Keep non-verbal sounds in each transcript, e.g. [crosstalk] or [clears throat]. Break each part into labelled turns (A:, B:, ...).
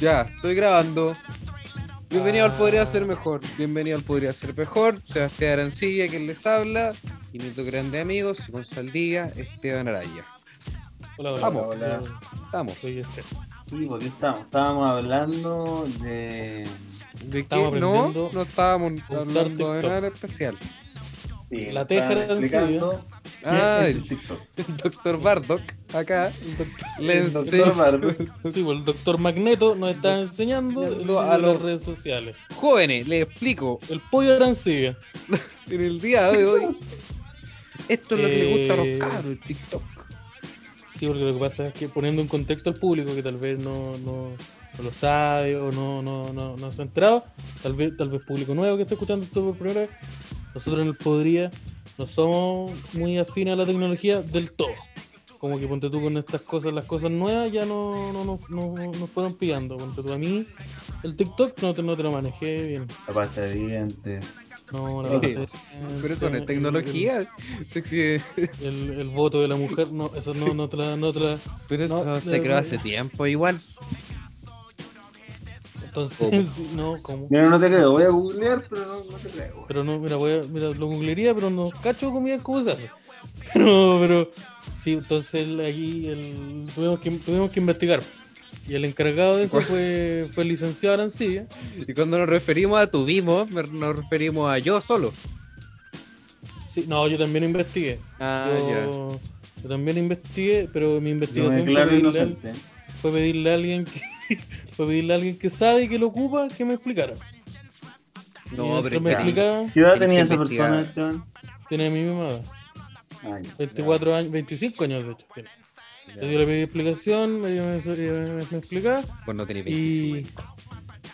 A: Ya, estoy grabando. Bienvenido al Podría Ser Mejor. Bienvenido al Podría Ser Mejor. Sebastián Arancilla, quien les habla. Y mis dos grandes amigos, Simón Saldía, Esteban Araya.
B: Hola, hola.
A: Vamos.
B: hola, hola.
A: Estamos.
B: Soy este.
C: Sí, porque estábamos, estábamos hablando de.
A: ¿De qué
B: Estamos
A: no?
B: aprendiendo
A: No estábamos
B: a usar
A: hablando de
B: TikTok.
A: nada
B: [laughs]
A: especial.
C: sí,
B: La
C: estaban
B: teja era en ¿eh?
C: explicando
A: Ah,
C: qué es
A: el
C: el TikTok.
A: doctor Bardock, acá,
B: El doctor-
A: le
C: El doctor
A: enseña
C: Bardo.
B: Sí, pues el doctor Magneto nos está enseñando el
A: No,
B: uso
A: a
B: de
A: lo-
B: las redes sociales.
A: Jóvenes, les explico,
B: El pollo arancibia.
A: en el día de
B: [laughs]
A: hoy, esto es lo que le gusta a los
B: Eh.
A: cabros, el TikTok.
B: Sí, porque lo que pasa es que poniendo en contexto al público que tal vez no, no, no lo sabe o no, no, no, no se ha entrado, tal vez, tal vez público nuevo que está escuchando esto por primera vez, nosotros en el Podría no somos muy afines a la tecnología del todo. Como que ponte tú con estas cosas, las cosas nuevas ya no, no, no, no- no fueron pillando. Ponte tú a mí, el TikTok no te, no te lo manejé bien.
C: La pasta de dientes.
B: No, la
A: Sí,
B: verdad es-
A: Pero eso no
B: el-
A: es tecnología, sexy.
B: El, el voto de la mujer, no, eso no, no te la- no te la-
A: Pero
B: No,
A: eso
B: no,
A: se creó
B: no.
A: hace tiempo igual.
B: Entonces, [laughs] no, como.
C: Mira, no te creo, voy a googlear, pero no, no te creo.
B: Pero no, mira, voy a- mira, lo googlearía, pero no cacho comida cómo se hace. [laughs] Pero, pero, sí, entonces el- ahí el- tuvimos, que, tuvimos que investigar. Y el encargado de eso fue, fue el licenciado Arancibia.
A: Y cuando nos referimos a tuvimos, me- nos referimos a yo solo.
B: Sí, no, yo también investigué.
A: Ah, ya.
B: yo, yo también investigué, pero mi
C: Yo me
B: investigación fue
C: declaro
B: pedirle, al-
C: inocente.
B: fue pedirle a alguien que [laughs] fue pedirle a alguien que sabe y que lo ocupa que me explicara. Y
A: No, pero
B: mientras me
A: es que-
B: explicaba,
C: ¿Qué edad
A: Tienes que
C: tenía esa
A: investigar.
C: persona, Esteban?
B: tiene mi misma edad,
C: Ah, ya.
B: 24 años, 25 años de hecho. tiene. Entonces Yo le pedí explicación, me, me, me, me explicaba,
A: Pues no tenía 25.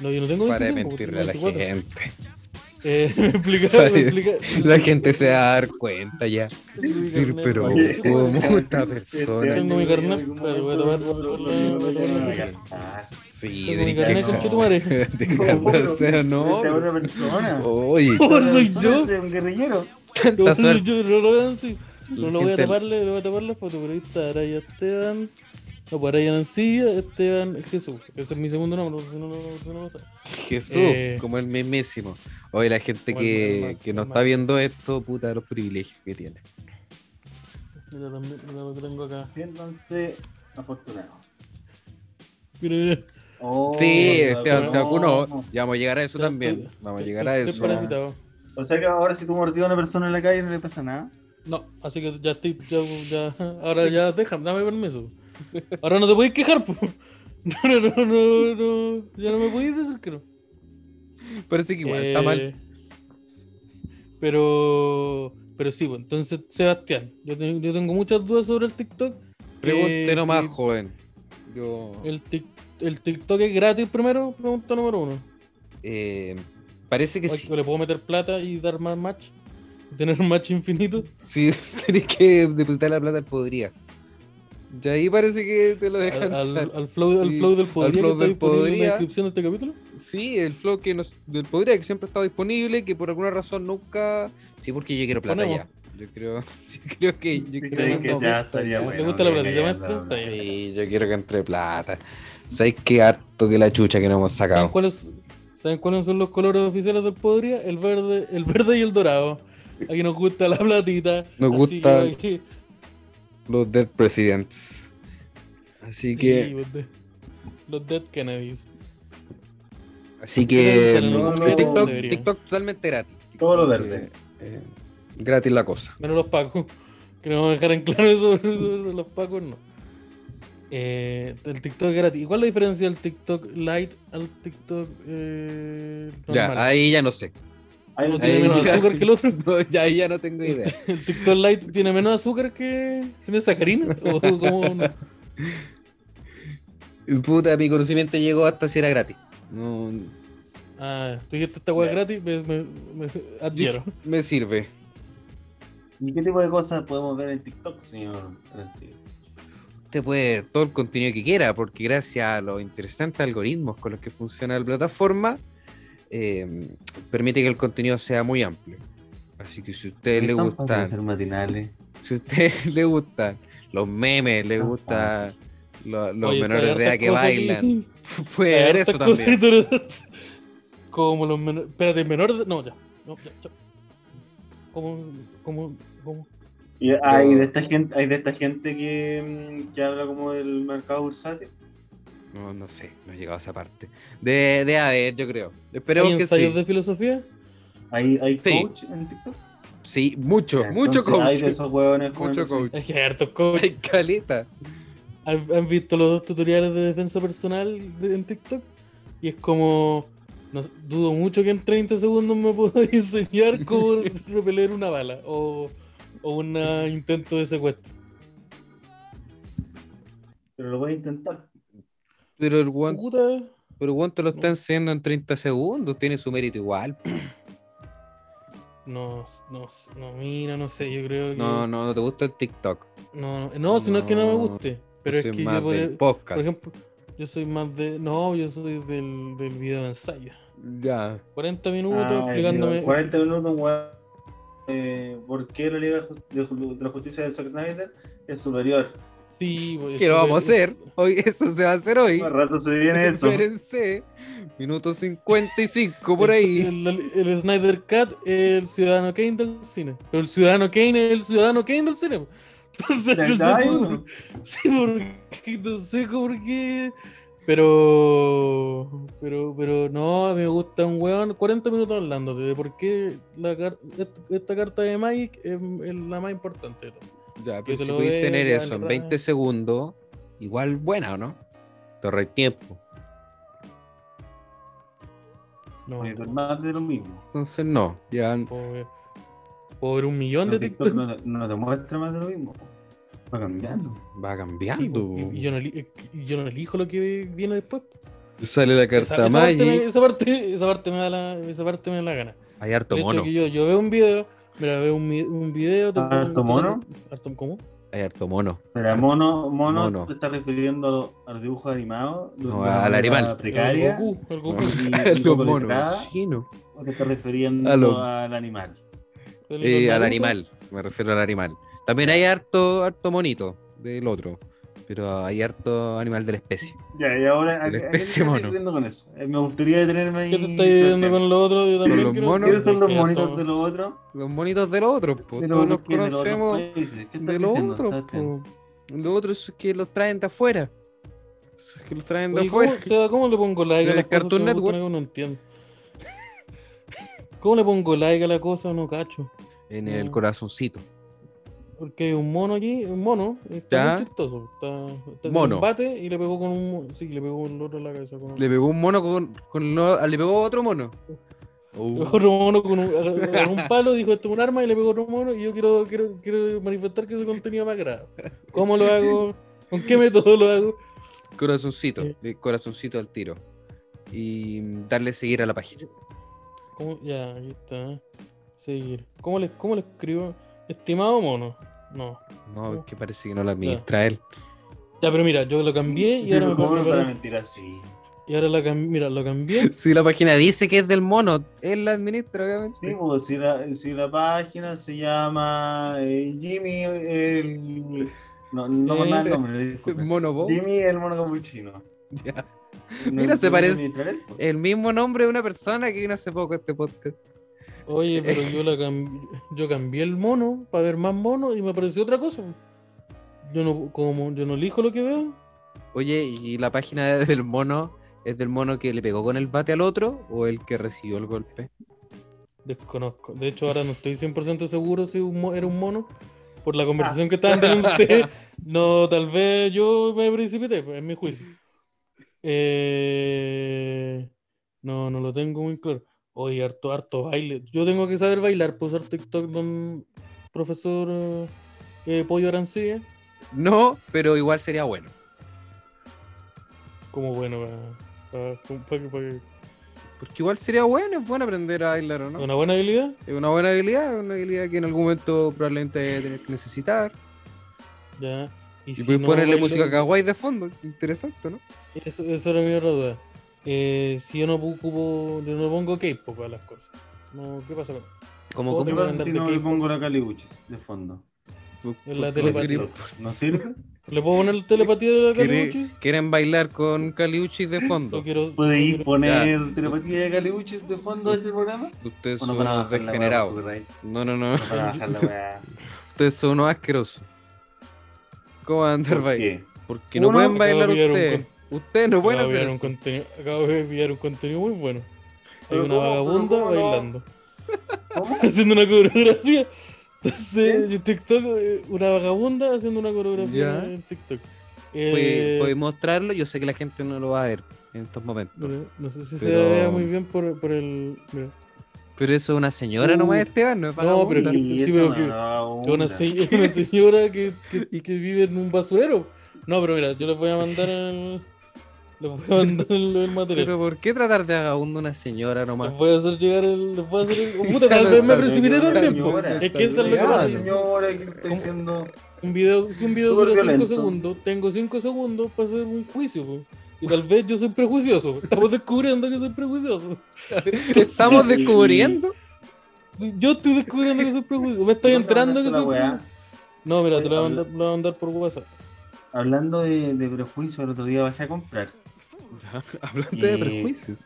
B: Y. No, yo no tengo
A: Para de
B: 25, porque
A: mentirle a la
B: tengo 24.
A: gente.
B: Eh, [laughs] me explica,
A: Para
B: me
A: de-
B: explica.
A: [laughs] La gente se va a dar cuenta ya. Decir, pero
C: Oye,
A: ¿cómo
C: este-
A: esta persona?
B: Tengo mi
C: Esteban,
B: carnet,
C: en algún
B: pero voy a
C: momento
B: tomar-
C: lo- lo- lo- lo- lo- lo- Ah,
A: Sí,
B: Tengo mi
A: tenés
B: carnet
A: que-
B: con
A: [laughs]
B: [laughs] Chetumare.
A: Dejarlo ser, no. Oh,
C: Esa otra persona.
A: Oye,
B: ¿Cómo soy
C: Esa
B: yo?
C: persona es un guerrillero.
B: No,
A: suerte.
B: yo no lo vean, sí. No lo voy a
A: Gente-
B: tapar, le voy a tapar la foto, pero ahí está Araya Esteban. No, pues Araya Nancilla, Esteban Jesús. Ese es mi segundo nombre, si no, lo- si no lo sé.
A: Jesús,
B: Eh,
A: como el mismísimo. Oye, la gente
B: como el-
A: que,
B: el más-
A: que
B: el
A: no
B: más.
A: está viendo esto, puta, los privilegios que tiene.
B: Mira, también, mira lo que tengo acá.
C: Siéntanse afortunados.
B: Mira, mira.
C: Oh,
A: Sí, este,
C: no,
A: Esteban,
C: no.
A: si alguno. Ya vamos a llegar a eso también.
B: Estoy-
A: Vamos a
B: estoy-
A: llegar a
B: estoy
A: eso.
B: parasitado.
C: O sea que ahora si tú mordías a una persona en la calle no le pasa nada.
B: No, así que ya estoy, ya, ya- ahora ya déjame, dame permiso. Ahora no te podéis quejar, po. [laughs] No, no, no, no, no, ya no me podéis decir que no.
A: Parece que igual está mal.
B: Eh, Pero, pero sí, pues, entonces, Sebastián, yo, te- yo tengo muchas dudas sobre el TikTok.
A: Pregunte
B: Eh,
A: nomás,
B: eh,
A: joven. Yo.
B: El, tic- el TikTok es gratis primero, pregunta número uno.
A: eh, parece que [laughs]
B: Ay,
A: sí.
B: ¿Le puedo meter plata y dar más match? ¿Tener [laughs] un match infinito?
A: Si tenés que depositar la plata, podría. Ya ahí parece que te lo
B: Al,
A: dejan.
B: al-
A: sal-
B: al flow, al
A: Sí,
B: flow del
A: al
B: podría
A: flow
B: que está
A: del
B: disponible en la
A: podría.
B: descripción de este capítulo.
A: Sí, el flow que nos del podría, que siempre está disponible, que por alguna razón nunca. Sí, porque yo quiero plata
B: Ponemos.
A: ya. Yo creo, [laughs] yo creo que. Yo
C: Sí,
A: creo
C: que ya estaría
A: ya.
C: bueno.
B: ¿Le gusta la
C: ya,
B: platita,
C: ya,
B: maestro?
C: ya,
B: Está bien.
A: Sí, yo quiero que entre plata. ¿Sabes qué harto que la chucha que no hemos
B: ¿Saben
A: sacado?
B: cuáles, saben cuáles son los colores oficiales del Podría? El verde, el verde y el dorado. Aquí nos gusta la platita.
A: Nos
B: así
A: gusta-
B: que hay que-
A: Los Dead Presidents. Así
B: sí,
A: que.
B: los de- Los Dead Kennedys.
A: Así
B: ¿Qué
A: que. mm,
B: tal?
C: No, no,
A: TikTok,
B: debería.
A: TikTok totalmente gratis.
C: Todo lo
A: TikTok,
C: verde.
A: eh, eh, gratis la cosa.
B: Menos los pacos. Queremos dejar en claro eso, [laughs] eso- eso, los pacos no. Eh, el TikTok es gratis. ¿Y cuál es la diferencia del TikTok Lite al TikTok eh, normal?
A: Ya, ahí ya no sé. [laughs]
C: Ahí
B: Uno
C: lo
B: tiene
A: ahí
C: tiene
B: menos
A: ya.
B: azúcar que el otro. [laughs]
A: No, ya ahí ya no tengo idea.
B: ¿El TikTok Lite tiene menos azúcar que. ¿Tiene sacarina? ¿O cómo no?
A: Puta, mi conocimiento llegó hasta si era gratis. No,
B: Ah, tú dijiste esta weá gratis, me, me, me adhiero.
A: me sirve.
C: ¿Y qué tipo de cosas podemos ver en TikTok, señor Francisco?
A: Usted puede ver todo el contenido que quiera, porque gracias a los interesantes algoritmos con los que funciona la plataforma, eh, permite que el contenido sea muy amplio. Así que si a usted le
C: Tan fácil
A: gustan,
C: hacer matinales.
A: [laughs] si a usted le gustan los memes, le
C: tan
A: gusta
C: fácil.
A: Lo- los
B: Ah, Oye,
A: menores
B: hay
A: de edad
B: hartas
A: que
B: cosas
A: bailan.
B: [laughs]
A: [laughs] Puede
B: hay
A: haber
B: hartas
A: eso
B: cosas
A: también.
B: interesantes. [laughs] Como los menores. Espérate, menor de. No, ya. No, ya, ya. Como. Como. Como.
C: Y hay de esta gente, hay de esta gente que, mm, que habla como del mercado bursátil.
A: No, no sé, no he llegado a esa parte. De, de haber, yo creo. Esperemos
B: ¿Hay
A: que
B: ensayos
A: sí.
B: de filosofía?
C: Hay, hay
A: Sí.
C: coach en TikTok.
A: Sí, mucho, mucho
C: Entonces, Hay
A: [laughs] coach.
C: de esos huevones como
A: Mucho
C: no sé,
A: coach.
B: Es que hay hartos coach.
A: Ay, caleta.
B: ¿Han, han visto los dos tutoriales de defensa personal de- en TikTok? Y es como. no sé, dudo mucho que en 30 segundos me [laughs] pueda
A: [laughs]
B: enseñar cómo repeler una bala o, o un intento de secuestro.
C: Pero lo voy a intentar.
A: Pero el guante
B: Puta.
A: pero el weón te lo está enseñando en 30 segundos. Tiene su mérito igual.
B: No, no, no, mira, no sé, yo creo que.
A: No, no, no te gusta el TikTok.
B: No, no, no, sino es que no me
A: No,
B: guste. Pero
A: Yo
B: es
A: soy
B: que
A: más
B: yo, por,
A: del
B: el-
A: podcast.
B: por ejemplo, yo soy más de. No, yo soy del, del video de ensayo.
A: Ya.
B: 40 minutos
C: Ah,
B: explicándome.
C: digo, 40 minutos, un hueón, eh, ¿Por qué la Liga de Ju- de Ju- de la Justicia del Zack Snyder es superior?
B: Sí, pues,
A: ¿Qué lo
B: eso-
A: vamos a hacer? Hoy, eso se va a hacer hoy.
C: Al rato se
A: [laughs]
C: viene eso. [laughs]
A: Espérense. Minuto 55 por ahí.
B: El, el- el Snyder Cat es el ciudadano Kane del cine. Pero el ciudadano Kane es el ciudadano Kane del cine. [laughs] Entonces, no sé
C: Ay,
B: por-
C: bueno.
B: [laughs] Sí, porque no sé por qué. Pero, pero, pero no, me gusta un weón 40 minutos hablando de por qué la, car- esta, esta carta de Mike es, es la más importante de todas.
A: Ya, pero si
B: te lo
A: podéis
B: veo
A: tener
B: ya
A: eso en
B: atrás.
A: 20 segundos, igual buena, ¿o no? Torre tiempo.
B: No,
C: Pero es pues, más de lo mismo.
A: Entonces, no. Ya,
B: puedo ver- puedo ver un millón de
C: No, TikTok
B: TikTok.
C: no, te- no te muestra más de lo mismo. Va cambiando.
A: Va
B: [laughs] Sí,
A: cambiando.
B: pues, y yo, no, eli- yo no elijo lo que viene después.
A: Sale la
B: Esa,
A: carta
B: esa parte me,
A: Magic.
B: esa, parte, esa parte me da la, esa parte me da la gana.
A: Hay harto
B: De hecho,
A: mono.
B: que yo, yo veo un video, mira, veo un, mi- un video. te-
C: ¿Harto Ah, mono?
B: ¿Harto cómo?
A: Hay harto
B: [laughs]
A: mono.
C: Pero mono, mono,
A: Mono.
C: te estás refiriendo al dibujo animado. de
A: No,
C: una
A: al
C: manera
A: animal.
C: Precaria.
B: El Goku, el Goku.
C: [laughs]
A: [laughs]
C: y-
A: A
C: y
A: los
C: poco
A: monos.
C: letrada,
A: Chino.
C: ¿O te estás refiriendo
A: A lo-
C: al animal?
B: el-
A: Eh,
B: el
A: al
B: Naruto.
A: animal. Me refiero al animal. También hay harto, harto monito del otro. Pero hay harto animal de la especie.
C: Ya, y ahora.
A: El
C: ¿a- a- a-
A: especie
C: ¿qué te
A: mono.
C: estás viendo con eso? Eh, Me gustaría detenerme ahí.
B: ¿Qué te estás diciendo
C: Sebastián.
B: con lo otro? Yo también
A: los
B: quiero-
A: monos?
B: quiero
C: ¿Quiénes son los
B: saber
C: monitos
B: qué
C: de
B: harto-
C: los otros?
A: Los monitos del otro, po.
C: De los
A: todos los
C: otros que- de los otros
A: conocemos.
C: países. ¿Qué estás
A: De lo
C: diciendo,
A: otro,
C: Sebastián?
A: po. Lo otro es que los traen de afuera. Es que los traen de
B: Oye, ¿cómo,
A: afuera.
B: Seba, ¿cómo le pongo like a
A: Del
B: las cosas
A: Cartoon
B: que me
A: Network.
B: gustan? Yo no entiendo. ¿Cómo le pongo like a la cosa? No cacho.
A: En el
B: No.
A: corazoncito.
B: Porque hay un mono aquí, un mono,
A: Ya.
B: está muy chistoso. Está, está en
A: Mono.
B: combate y le pegó con un mono. Sí, le pegó con el otro en la cabeza. Con
A: Le pegó un mono con. con lo- le pegó otro mono.
B: Le
A: Uh.
B: pegó otro mono con un,
A: [laughs]
B: agarró un palo, dijo esto es un arma y le pegó otro mono y yo quiero, quiero, quiero manifestar que ese contenido me agrada. ¿Cómo lo hago? ¿Con qué método lo hago?
A: Corazoncito,
B: Eh.
A: de corazoncito al tiro. Y darle seguir a la página.
B: ¿Cómo? Ya, aquí está. Seguir. ¿Cómo le, cómo le escribo? Estimado mono. No.
A: No,
B: ¿Cómo?
A: es que parece que no la administra él. [laughs]
B: Ya, pero mira, yo lo cambié y ahora me,
C: Pero ¿Cómo
B: me
C: no para
B: parece-
C: mentir así?
B: Y ahora la cam- mira, lo cambié.
A: Si la página dice que es del mono, él la administra, obviamente.
C: Sí, pues si la, si la página se llama eh, Jimmy el... No, no
B: Eh,
C: con nada el nombre, disculpe.
A: mono Bob.
C: Jimmy el mono capuchino.
A: Ya.
C: No,
A: Mira, se
C: no
A: parece- Eh,
C: tiene ni trailer, pues.
A: El mismo nombre de una persona que vino hace poco a este podcast.
B: Oye, pero yo la cambié, yo cambié el mono para ver más mono y me apareció otra cosa. Yo no, como yo no elijo lo que veo.
A: Oye, ¿y la página [laughs] del mono es del mono que le pegó con el bate al otro o el que recibió el golpe?
B: Desconozco. De hecho, ahora no estoy 100% seguro si un mo- era un mono. Por la conversación que estaban teniendo ustedes. No, tal vez yo me precipité, pues, en mi juicio. Eh, No, no lo tengo muy claro. Oye, harto, harto baile. Yo tengo que saber bailar. Puedo usar TikTok don profesor eh, Pollo Arancilla.
A: No, pero igual sería bueno.
B: Como bueno, para,
A: Porque igual sería bueno, es bueno aprender a bailar o no.
B: una buena habilidad.
A: Es una buena habilidad, es una habilidad que en algún momento probablemente vaya a tener que necesitar.
B: Ya. Y,
A: Y
B: si
A: puedes
B: no
A: ponerle
B: bailo-
A: música kawaii de fondo, interesante, ¿no?
B: Eso, eso era mi otra duda. Eh, si yo no ocupo, yo no pongo K-pop a las cosas. No, ¿Qué pasa? con-
A: Como
B: Otro
C: ¿Qué
A: como
B: mandar
C: pasa si
B: de
C: no le
B: K-pop?
C: pongo la calibucha de fondo?
A: pu-
B: en la
A: pu-
B: telepatía.
A: pu-
C: ¿No sirve?
B: ¿Le puedo poner telepatía de la
A: Quiere-
B: Caliuchi?
A: Quieren bailar con Caliuchi
B: [laughs]
A: de
B: Lo
A: fondo.
B: quiero.
C: ¿Podéis
B: lo
C: poner telepatía de Calibuchis de fondo a este programa?
A: Ustedes
C: ¿O
A: son
C: no van a
A: unos
C: bajar la weá,
A: degenerados.
C: copyright?
A: No, no, no.
C: No van a bajar la weá.
A: Ustedes son unos asquerosos. ¿Cómo van a andar
C: ¿Por
A: bailando?
C: qué?
A: Porque no
B: Uno,
A: pueden bailar
B: acabo de olvidar un
A: ustedes. Ustedes no
B: acabo
A: pueden
B: de
A: hacer
B: pillar un
A: eso.
B: contenido, acabo de pillar un contenido muy bueno. Hay
C: Pero
B: una
C: ¿cómo? Pero
B: vagabunda
C: ¿cómo no?
B: bailando,
C: ¿Cómo?
B: [laughs] haciendo una coreografía. Entonces, en TikTok, eh, una vagabunda haciendo una coreografía
A: Ya.
B: en TikTok.
A: Puedes
B: Eh,
A: puedes mostrarlo. Yo sé que la gente no lo va a ver en estos momentos.
B: mira, no sé si
A: pero-
B: se vea muy bien por, por el. mira.
A: Pero eso es una señora
B: Uh,
A: nomás, Esteban. No, es
B: no, pero
A: vagabunda.
B: que-
C: Y
B: sí,
C: esa
B: pero que-
C: vagabunda.
B: Es una, se- es una señora que, que- que vive en un basurero. No, pero mira, yo les voy a mandar el. Les voy a mandar el, el material.
A: Pero ¿por qué tratar de vagabundo a una señora nomás?
B: [laughs] Les voy a hacer llegar el. Les voy a hacer el. oh,
A: Y
B: puta, tal
A: sale
B: vez me
A: esta
B: precipité
A: señora.
B: también, po.
C: Señora,
B: Es que eso es lo que
C: Ah,
B: pasa.
C: señora, que está diciendo.
B: Un video, si un video
C: Súper
B: dura 5
C: violento.
B: segundos, tengo 5 segundos para hacer un juicio, po. Y tal vez yo soy prejuicioso. Estamos descubriendo que soy prejuicioso.
A: Estamos
C: Sí.
A: descubriendo.
B: Yo estoy descubriendo que soy prejuicioso. Me estoy enterando que
C: La
B: soy
C: weá.
B: prejuicioso. No, mira, te lo voy a
C: Habla-
B: mandar, lo voy a mandar por WhatsApp.
C: Hablando de, de prejuicio, el otro día bajé a comprar.
A: Hablando de
C: Y-
A: prejuicios.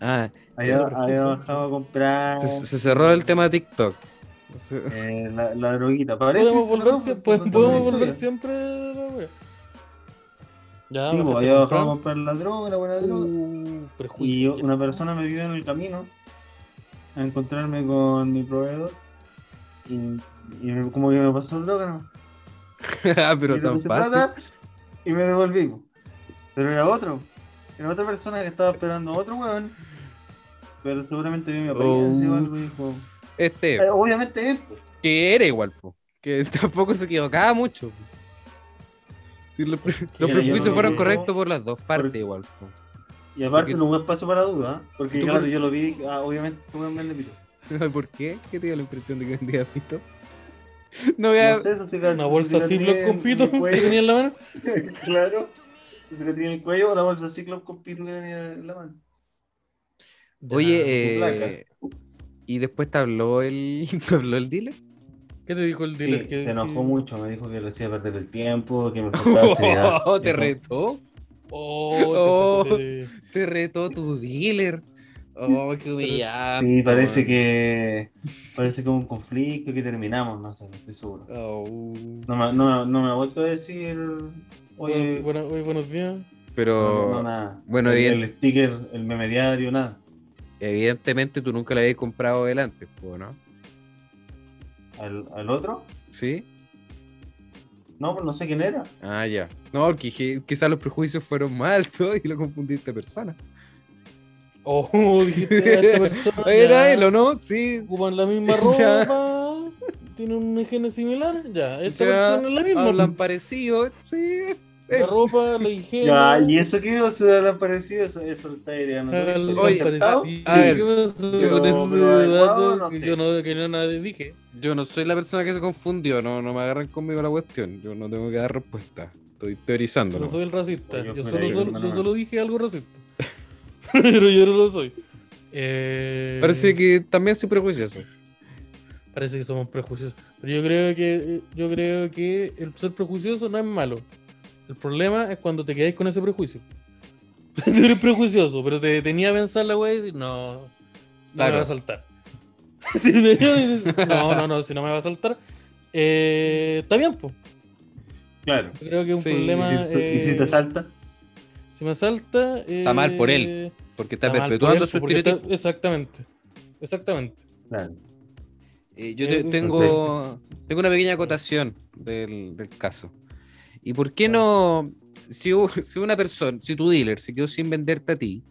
A: Ah,
C: Había,
B: Prejuicio.
C: había bajado a comprar
A: se, se cerró el tema de TikTok. [laughs]
C: eh, la, la droguita. Parece que
B: Podemos
C: se
B: volver,
C: cerró,
B: sie-
C: pues,
B: podemos
C: contando la
B: volver
C: historia.
B: siempre a la wea. Ya,
C: Sí,
B: bajaste
C: pues,
B: a
C: había bajado a
B: comprar.
C: comprar la droga, la buena droga.
B: Uh,
C: Y
B: prejuicio.
C: yo- una persona me vio en el camino a encontrarme con mi proveedor. Y, y me- como que me pasó droga, ¿no?
A: Ah, pero
C: Y lo
A: tan
C: puse
A: fácil.
C: plata Y me devolví. po. Pero era otro. Era otra persona que estaba esperando a otro weón. Pero seguramente vio mi apellido
A: Oh.
C: así o algo y dijo.
A: Este,
C: "Eh, obviamente él. po".
A: que era igual, po. que [laughs] tampoco se equivocaba mucho. po. Sí, los pre- los
C: yo
A: prejuicios
C: no
A: fueron
C: creo-
A: correctos por las dos partes
C: porque-
A: igual. po.
C: Y aparte
A: Porque-
C: no hubo espacio para duda. ¿eh? Porque
A: ¿Tú
C: claro,
A: por-
C: yo lo vi, ah, obviamente fue un weón de pito.
A: [laughs] ¿Por qué? ¿Qué te dio la impresión de que vendía pito? [laughs] No voy a...
C: No sé, eso sí la-
B: Una
C: eso
B: bolsa
C: sí la
B: Ziploc
C: tiene
B: con pito
C: en el
B: que
C: cuello.
B: tenía en la mano.
C: [laughs] claro. Se le tiene en el cuello o la bolsa Cyclops con pito que tenía en la mano.
A: Oye,
C: Ya,
A: eh, y después te habló el, [laughs] te habló el dealer.
B: ¿Qué te dijo el dealer?
C: Sí,
B: que
C: se enojó
B: sí?
C: mucho, me dijo que le hacía perder el
A: [laughs]
C: tiempo, que me faltaba seriedad.
A: Oh, te
C: Dijo,
A: retó,
B: Oh, te
A: Oh.
B: sacaste-
A: te retó tu dealer. Oh, qué humillante.
C: Sí, parece
A: man.
C: que parece que hubo un conflicto que terminamos, no sé, no estoy seguro.
A: Oh.
C: No me, no, no me ha vuelto a decir oye,
B: Bueno, buena- oye, buenos días.
A: Pero
C: no, no, nada.
A: bueno,
C: el,
A: bien.
C: el sticker, el meme diario, nada.
A: evidentemente tú nunca le habías comprado delante, po, ¿no?
C: ¿Al, al otro?
A: ¿Sí?
C: No, pues no sé quién era.
A: Ah, ya. No, qui- quizás los prejuicios fueron mal altos y lo confundiste persona.
B: Oh, [laughs] dijiste a
C: [laughs]
B: esta persona.
A: ¿Era
B: ya,
A: él o no? Sí.
B: Ocupan la misma
A: Ya.
B: ropa. Tiene un higiene similar. Ya, esta
A: Ya,
B: persona es la misma.
A: Hablan parecido. Sí.
B: La ropa, la higiene.
C: eh. Ya, y eso que iba a ser parecido, eso, eso lo está ideando.
B: Algo
A: Oye,
C: ¿Aceptado?
B: parecido.
A: a ver,
B: ¿Qué pasó
C: yo-
B: con esos
C: pero adecuado,
B: datos
C: no
B: que
C: sé.
B: yo no, que yo nada dije?
A: Yo no soy la persona que se confundió, no, no me agarran conmigo la cuestión. Yo no tengo que dar respuesta. Estoy teorizando.
B: Yo no
A: nomás.
B: soy el racista.
C: Oye,
B: Yo,
C: yo fuera
B: solo,
C: ahí,
B: solo-
C: hermano,
B: yo
C: no.
B: solo dije algo racista. [laughs] Pero yo no lo soy. Eh,
A: Parece que también soy prejuicioso.
B: parece que somos prejuiciosos. Pero yo creo que yo creo que el ser prejuicioso no es malo. El problema es cuando te quedáis con ese prejuicio. [laughs] Tú eres prejuicioso, pero te tenía a pensar la wea y decir, no, no
A: Claro.
B: me va a saltar. [laughs] Si me- no, no, no, si no me va a saltar. eh, está bien, pues.
C: Claro.
B: Yo creo que es un
A: Sí,
C: ¿Y
B: problema.
C: si, te- y si
B: eh,
C: te salta?
B: si me salta.
A: Está mal por él.
B: eh,
A: Porque está,
B: mal
A: perpetuando
B: por
A: su
B: él, porque
A: estereotipo.
B: está- exactamente. Exactamente.
C: Claro.
A: Eh, yo te-
B: Eh,
A: tengo, tengo una pequeña acotación del, del caso. ¿Y por qué no? Si, hu- [laughs] si una persona, si tu dealer se quedó sin venderte a ti,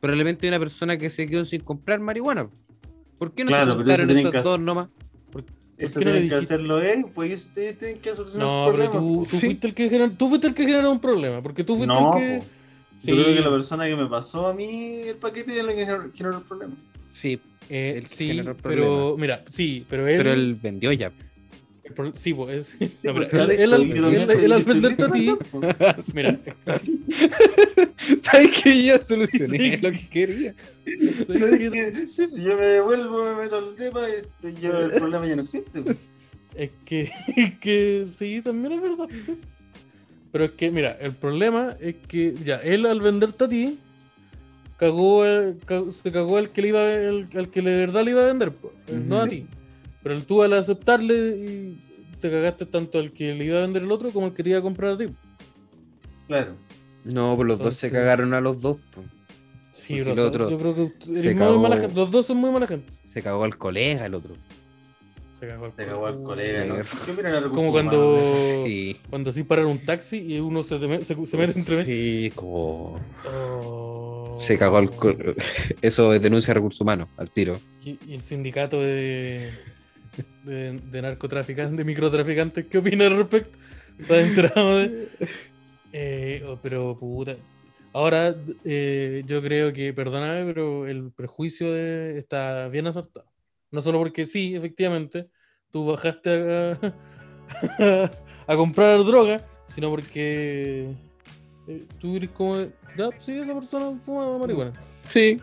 A: probablemente hay una persona que se quedó sin comprar marihuana. ¿Por qué no
C: Claro,
A: se
C: pero
A: juntaron
C: eso tienen
A: esos
C: que hacer-
A: dos nomás?
C: Eso
B: qué no le
C: tienen que
B: dijiste?
C: hacerlo él, pues ustedes tienen que solucionar
B: No,
C: sus
B: pero
C: problemas.
B: tú, tú
A: Sí.
B: fuiste el que generó, tú fuiste el que generó un problema, porque tú fuiste
C: No,
B: el que.
C: po.
B: Sí,
C: yo creo que la persona que me pasó a mí el paquete es la que gener- generó el problema.
A: Sí,
B: eh,
A: el que
B: sí,
A: generó el
B: pero mira, sí, pero él,
A: pero él vendió ya.
B: el pro- sí, po, es- [laughs] no,
C: pero
B: mira,
C: él-
B: él, él al-
A: yo
B: él-
A: también
B: él al venderte a ti,
A: [laughs]
B: [laughs] mira,
A: ¿Sabes que yo ya solucioné
B: Sí.
A: lo que quería?
B: [laughs]
C: si yo me devuelvo, me meto al depa, este, yo, el problema ya no existe. po.
B: [laughs] es que, es que sí, también es verdad. Pero es que, mira, el problema es que ya, él al venderte a ti, cagó, el- ca- se cagó al que le iba el- al que de verdad le iba a vender, po, eh, no a
A: Ujú.
B: ti. Pero tú al aceptarle y te cagaste tanto al que le iba a vender el otro como al que te iba a comprar a ti.
C: Claro.
A: No, pues los dos se
B: Entonces-
A: cagaron a los dos. po.
B: Sí,
A: Porque el
B: los
A: otro
B: dos, yo creo que tú-
A: se
B: eres muy
A: cagó-
B: mala gente. Los dos son muy mala gente.
A: Se cagó al colega el otro.
B: Se cagó al
C: Se cagó al
B: culo.
C: colega, ¿no?
A: Negro.
C: Yo mira la recursos
B: Como cuando.
C: humanos,
A: Sí.
B: Cuando sí paran un taxi y uno se, te me- se, se
C: Pues
B: mete entre medio.
A: Sí, como...
B: Oh.
A: Se cagó al colega. [laughs] Eso es denuncia de recursos humanos, al tiro.
B: Y, y el sindicato de, de, de narcotraficantes, de microtraficantes, ¿qué opina al respecto? ¿Estás enterado de? Eh, oh, pero puta. Ahora, eh, yo creo que, perdóname, pero el prejuicio de- está bien acertado. No solo porque sí, efectivamente, tú bajaste a, [laughs] a comprar droga, sino porque eh, tú eres como, ya, sí, esa persona fuma marihuana.
A: Sí.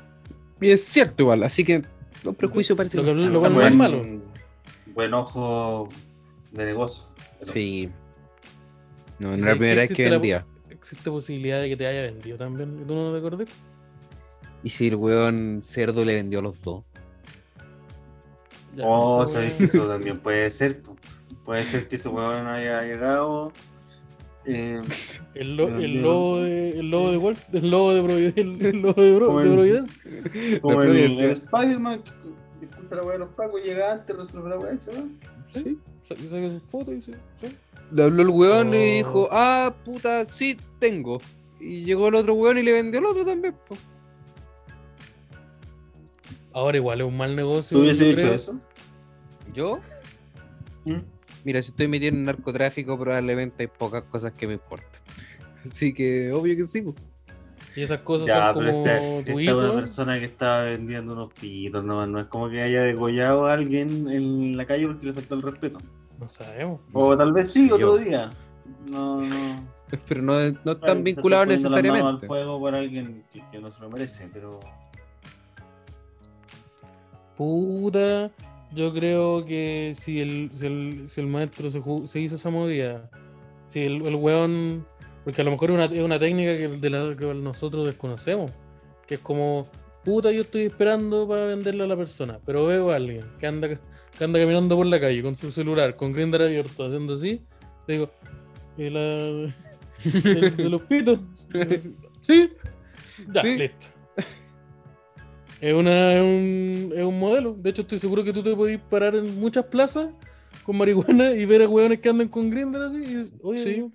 A: Y es cierto igual, así que los prejuicios parecen
B: Lo que-
A: están
B: lo cual
A: tan
B: no es
A: mal.
B: malo.
C: Buen ojo de negocio. Pero-
A: Sí. No, no
B: ¿Y
A: era la
B: sabes qué
A: primera vez que
B: existe la-
A: vendía.
B: existe posibilidad de que te haya vendido también. ¿Y ¿Tú no te acordás?
A: Y si el weón cerdo le vendió a los dos.
B: Ya,
C: Oh,
B: esa
C: sabes
B: weá-
C: que eso también puede ser. po. Puede ser que ese huevón haya llegado. eh,
B: El, lo- el
C: Dios.
B: lobo de, el lobo de Wolf, el lobo de Providencia, el, [laughs] el lobo de, Bro-
C: Como
B: de
C: el-
B: Providencia.
C: como
A: La
C: el, el
A: Providencia.
C: Spider-Man. que- Disculpa la hueá de los pacos, llega antes, resuelve la hueá, se va.
B: Sí. Sa- Yo saqué su foto y sí, sí.
A: Le habló el weón y
B: Oh.
A: dijo, ah, puta, sí, tengo. Y llegó el otro weón y le vendió al otro también. po.
B: Ahora igual es un mal negocio.
C: ¿Tú hubiese
B: yo
C: hecho
B: creo.
C: eso?
A: Yo,
C: ¿Mm?
A: mira, si estoy metido en narcotráfico, probablemente hay pocas cosas que me importan. Así que, obvio que sí. po.
B: Y esas cosas
C: Ya,
B: son
C: pero
B: como
C: esta,
B: tu
C: esta es
B: hijo.
C: una persona que estaba vendiendo unos pitos nomás. No es como que haya degollado a alguien en la calle porque le faltó el respeto.
B: No sabemos.
C: O tal vez sí,
A: Sí, yo.
C: otro día. No, no.
A: Pero no, no
C: Claro,
A: están
C: se
A: vinculados
C: está poniendo las manos
A: necesariamente.
C: al fuego por alguien que, que no se lo merece, pero.
B: Puta. Yo creo que si el, si el, si el maestro se, ju- se hizo esa movida, si el, el weón. Porque a lo mejor es una, es una técnica que, de la que nosotros desconocemos. Que es como, puta, yo estoy esperando para venderle a la persona, pero veo a alguien que anda, que anda caminando por la calle con su celular, con Grindr abierto, haciendo así. Le digo, "¿Y la- [laughs] el de los pitos? Sí, ya,
A: Sí.
B: listo. Es, una, es, un, es un modelo. De hecho, estoy seguro que tú te podés parar en muchas plazas con marihuana y ver a hueones que andan con Grindr así. Y, Oye,
A: Sí.
B: yo-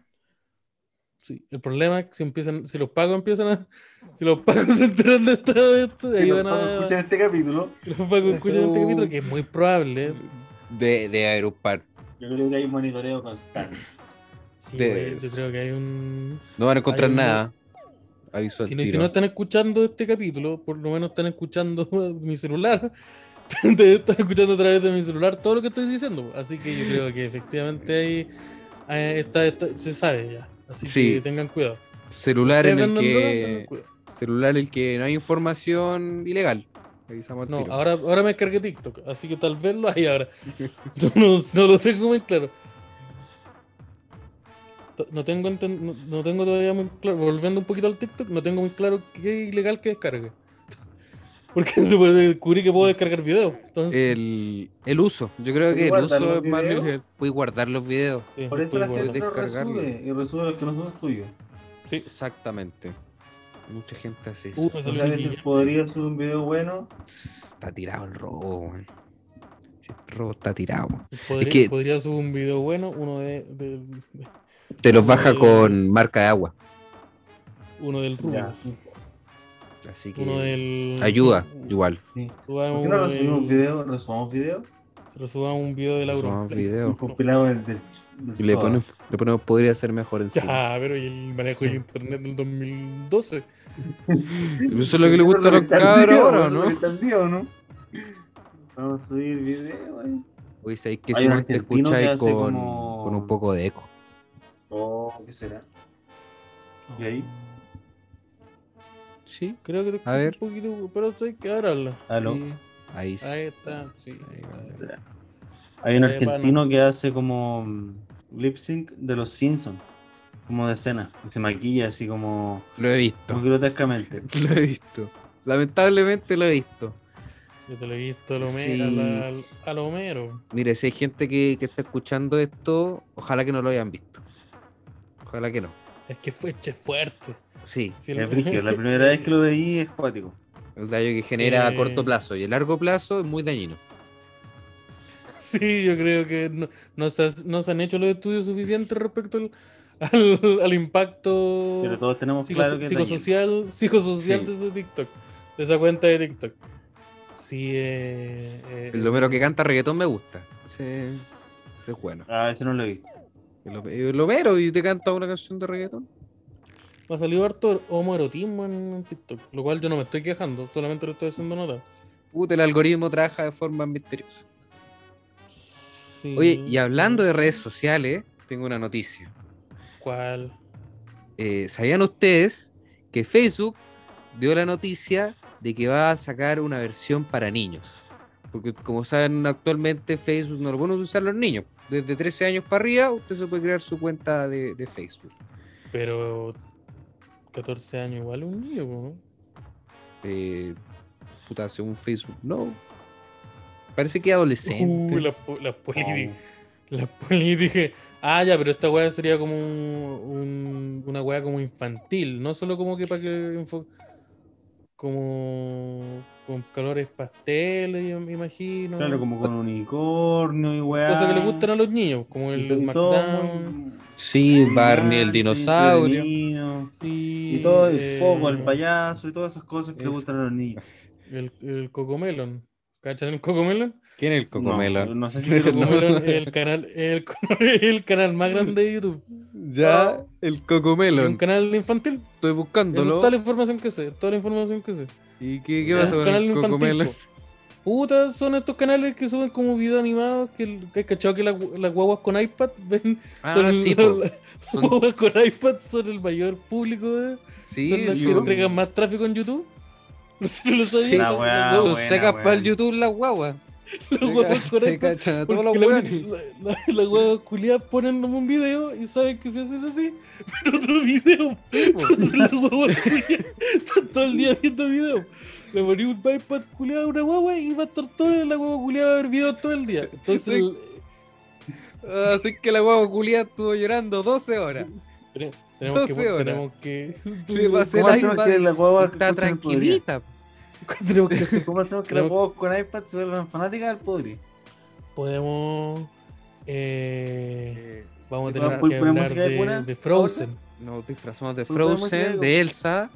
B: sí. El problema es que si, empiezan, si los pagos empiezan a. Si los pagos [laughs] se enteran de esta- de esto,
C: Si
B: ahí
C: los
B: van
C: pacos
B: a.
C: escuchan este capítulo,
B: Si los pagos escuchan este capítulo, que es muy probable.
A: De, de agrupar.
C: yo creo que hay un monitoreo constante. [laughs]
B: Sí,
A: De-
B: güey, yo creo que hay un.
A: No van a encontrar
B: Hay un-
A: nada. Aviso al
B: Si no, si
A: tiro.
B: no están escuchando este capítulo, por lo menos están escuchando [laughs] mi celular. [laughs] están escuchando a través de mi celular todo lo que estoy diciendo. Así que yo creo que efectivamente ahí eh, está, está- se sabe ya. Así
A: Sí.
B: que tengan cuidado.
A: Celular en el
B: Ustedes vendan droga, tengan
A: que.
B: cuidado.
A: Celular en el que no hay información ilegal. Avisamos al
B: No,
A: tiro.
B: ahora, ahora me descargué TikTok, así que tal vez lo hay ahora. [laughs] No, no- no lo tengo muy claro. T- No tengo, enten- no, no tengo todavía muy claro, volviendo un poquito al TikTok, no tengo muy claro qué es ilegal que descargue. [laughs] Porque se puede descubrir que puedo descargar videos. Entonces,
A: El, el uso. Yo creo
C: ¿Puedes
A: que el
C: guardar
A: uso
C: los
A: es más
C: videos?
A: liberal. Puedes guardar los videos.
B: sí,
C: Por eso
B: puedes
C: la
B: guardar.
C: gente no
A: descargarlo.
C: resube y resube los que no son suyos.
B: Sí.
A: Exactamente. Mucha gente hace eso.
B: Uh, me
C: O
B: salió
C: sea,
B: un
C: que si
B: guille.
C: podría subir un video bueno.
A: Está tirado el robo, weón. Si el robo está tirado.
B: Podría,
A: que-
B: podría subir un video bueno, uno de, de- de-
A: Te los
B: baja
A: baja
B: con
A: con marca de agua.
B: uno del
C: Ya.
B: Rubens,
A: Así que.
B: uno del
A: Ayuda, igual.
C: ¿Por
B: subamos
C: qué no
B: uno
C: resumimos un
B: del-
C: video? ¿Resumamos video?
B: resubamos un video de la
A: Tomamos
B: Auron.
A: video.
C: Un compilado del. del- del
A: Y le
C: Soda.
A: ponemos, le ponemos podría ser mejor encima.
B: Ya, pero y el manejo del internet del 2012.
A: Eso es lo que le gusta a los
C: Está al
A: cabros
C: día,
A: ahora,
C: eso es lo
A: ¿no?
C: que está al día, ¿o no? Vamos a subir video, güey.
A: Oye, ¿sabéis que
C: Hay
A: si
C: un
A: no te
C: argentino que
A: escucháis
C: hace
A: con,
C: como-
A: con un poco de eco?
C: Oh, ¿qué será? ¿Y ahí?
A: Sí.
B: Creo, creo que
A: A ver.
B: un poquito, pero sé que ahora habla.
C: Aló.
A: sí, Ahí sí.
B: Ahí está, sí.
A: Ahí va.
B: ahí.
C: Hay un
B: Eh,
C: argentino que hace como mm, lip sync de los Simpsons. como de escena. Y se maquilla así como,
A: Lo he
C: como
A: visto.
C: grotescamente.
A: [laughs] Lo he visto. Lamentablemente lo he visto.
B: Yo te lo he visto al Homero.
A: Sí.
B: al- al- al Homero.
A: Mire, si hay gente que, que está escuchando esto, ojalá que no lo hayan visto. Ojalá que no.
B: Es que fue che, fuerte.
A: Sí,
B: Sí,
C: Es
B: [laughs]
C: brígido, La primera vez que lo veí es cuático.
A: el daño que genera a
B: Eh.
A: corto plazo y a largo plazo es muy dañino.
B: Sí, yo creo que no, no, se, has- no se han hecho los estudios suficientes respecto al, al, al impacto
C: Pero todos tenemos
B: psicoso-
C: claro que es dañino.
B: psicosocial, psicosocial
A: Sí.
B: de ese TikTok, de esa cuenta de TikTok. Sí, eh, eh,
A: El Homero que canta reggaetón me gusta. Ese, ese es bueno.
C: Ah, ese no lo he
B: [laughs]
C: visto.
A: El, Home- el Homero y te canta una canción de reggaetón.
B: me ha salido harto homoerotismo en TikTok, lo cual yo no me estoy quejando, solamente lo estoy haciendo nota.
A: Puta, el algoritmo trabaja de forma misteriosa.
B: Sí,
A: Oye, y hablando de redes sociales, tengo una noticia.
B: ¿Cuál?
A: Eh, ¿Sabían ustedes que Facebook dio la noticia de que va a sacar una versión para niños? Porque como saben actualmente Facebook no lo pueden usar los niños. Desde 13 años para arriba usted se puede crear su cuenta de, de Facebook.
B: Pero 14 años igual un niño, ¿no?
A: Eh, puta, según Facebook, no. Parece que adolescente.
B: Uh, las po- las políticas. Las políticas. Ah, ya, pero esta weá sería como un- un- una weá como infantil, no solo como que para que enfo- como con colores pasteles, yo me imagino.
C: Claro, como con unicornio y weá.
B: Cosas que le gustan a los niños, como el
C: Y todo
B: SmackDown.
C: muy-
A: Sí, Barney el
C: brillante,
A: dinosaurio.
C: entretenido.
B: Y,
C: Y todo
B: eh,
C: el poco, el payaso y todas esas cosas que le
A: Eso.
C: gustan a los niños.
B: El, el Cocomelon. ¿Cachan el Cocomelon?
A: ¿Quién es el [laughs] cocomelo?
C: No, no sé
A: [laughs]
C: si
A: No.
C: el Cocomelo-
B: Cocomelon es el canal, el, [laughs] el canal más grande de YouTube.
A: Ya, el
B: Es
A: cocomelo.
B: un canal infantil.
A: Estoy
B: Eso es
A: buscándolo.
B: toda la información que sé, toda la información que sé.
A: ¿Y qué, qué
C: Ya,
A: pasa
B: un
A: con el
B: canal infantil,
A: cocomelo?
B: po. Puta, son estos canales que suben como video animado, que el- que hay cachado que las gu- las guaguas con iPad ven. son
A: Ah,
B: el-
A: sí, po.
B: las
A: Son-
B: guaguas con iPad son el mayor público de. son
A: Sí,
B: las que
A: son-
B: entregan más tráfico en YouTube. [laughs] No sé, lo sabía.
A: Sí,
B: las-
A: la
B: las
C: weá,
B: guaguas-
A: son
C: buena,
A: secas para el
C: weón.
A: YouTube las
B: [laughs]
A: guaguas.
B: las
A: Se
B: guaguas
A: ca-
B: con
A: se
B: iPad,
A: cachan a todos los
B: porque la-
A: weones.
B: la- la- Las guaguas culiadas ponen un video y saben que se hacen así, [laughs] pero otro video. Entonces la [laughs] guagua culiada está todo el día viendo videos. Le poní un iPad culiado a una guagua y va a estar todo el- la guagua culiada a ver videos todo el día. Entonces,
A: Sí. Así que la guagua culia estuvo llorando 12 horas.
B: tenemos, tenemos que,
A: 12 horas.
B: tenemos que.
A: Le pasé
C: ¿Cómo
A: el
C: hacemos
A: iPad.
C: que la guagua escuche
A: Está
C: el podrido?
A: tranquilita.
B: [laughs] tenemos que hacer-
C: ¿Cómo hacemos que la
B: Pero-
C: guagua con iPad se vuelvan fanáticas del
B: [laughs]
C: podrido?
B: Podemos. eh,
A: Eh,
B: vamos
A: ¿Le
B: a tener
A: podemos
B: que
C: poner
B: hablar
C: música de cuna?
B: de, de Frozen.
A: Nos disfrazamos de
C: Pero podemos hacer
A: Frozen,
C: algo.
A: de Elsa,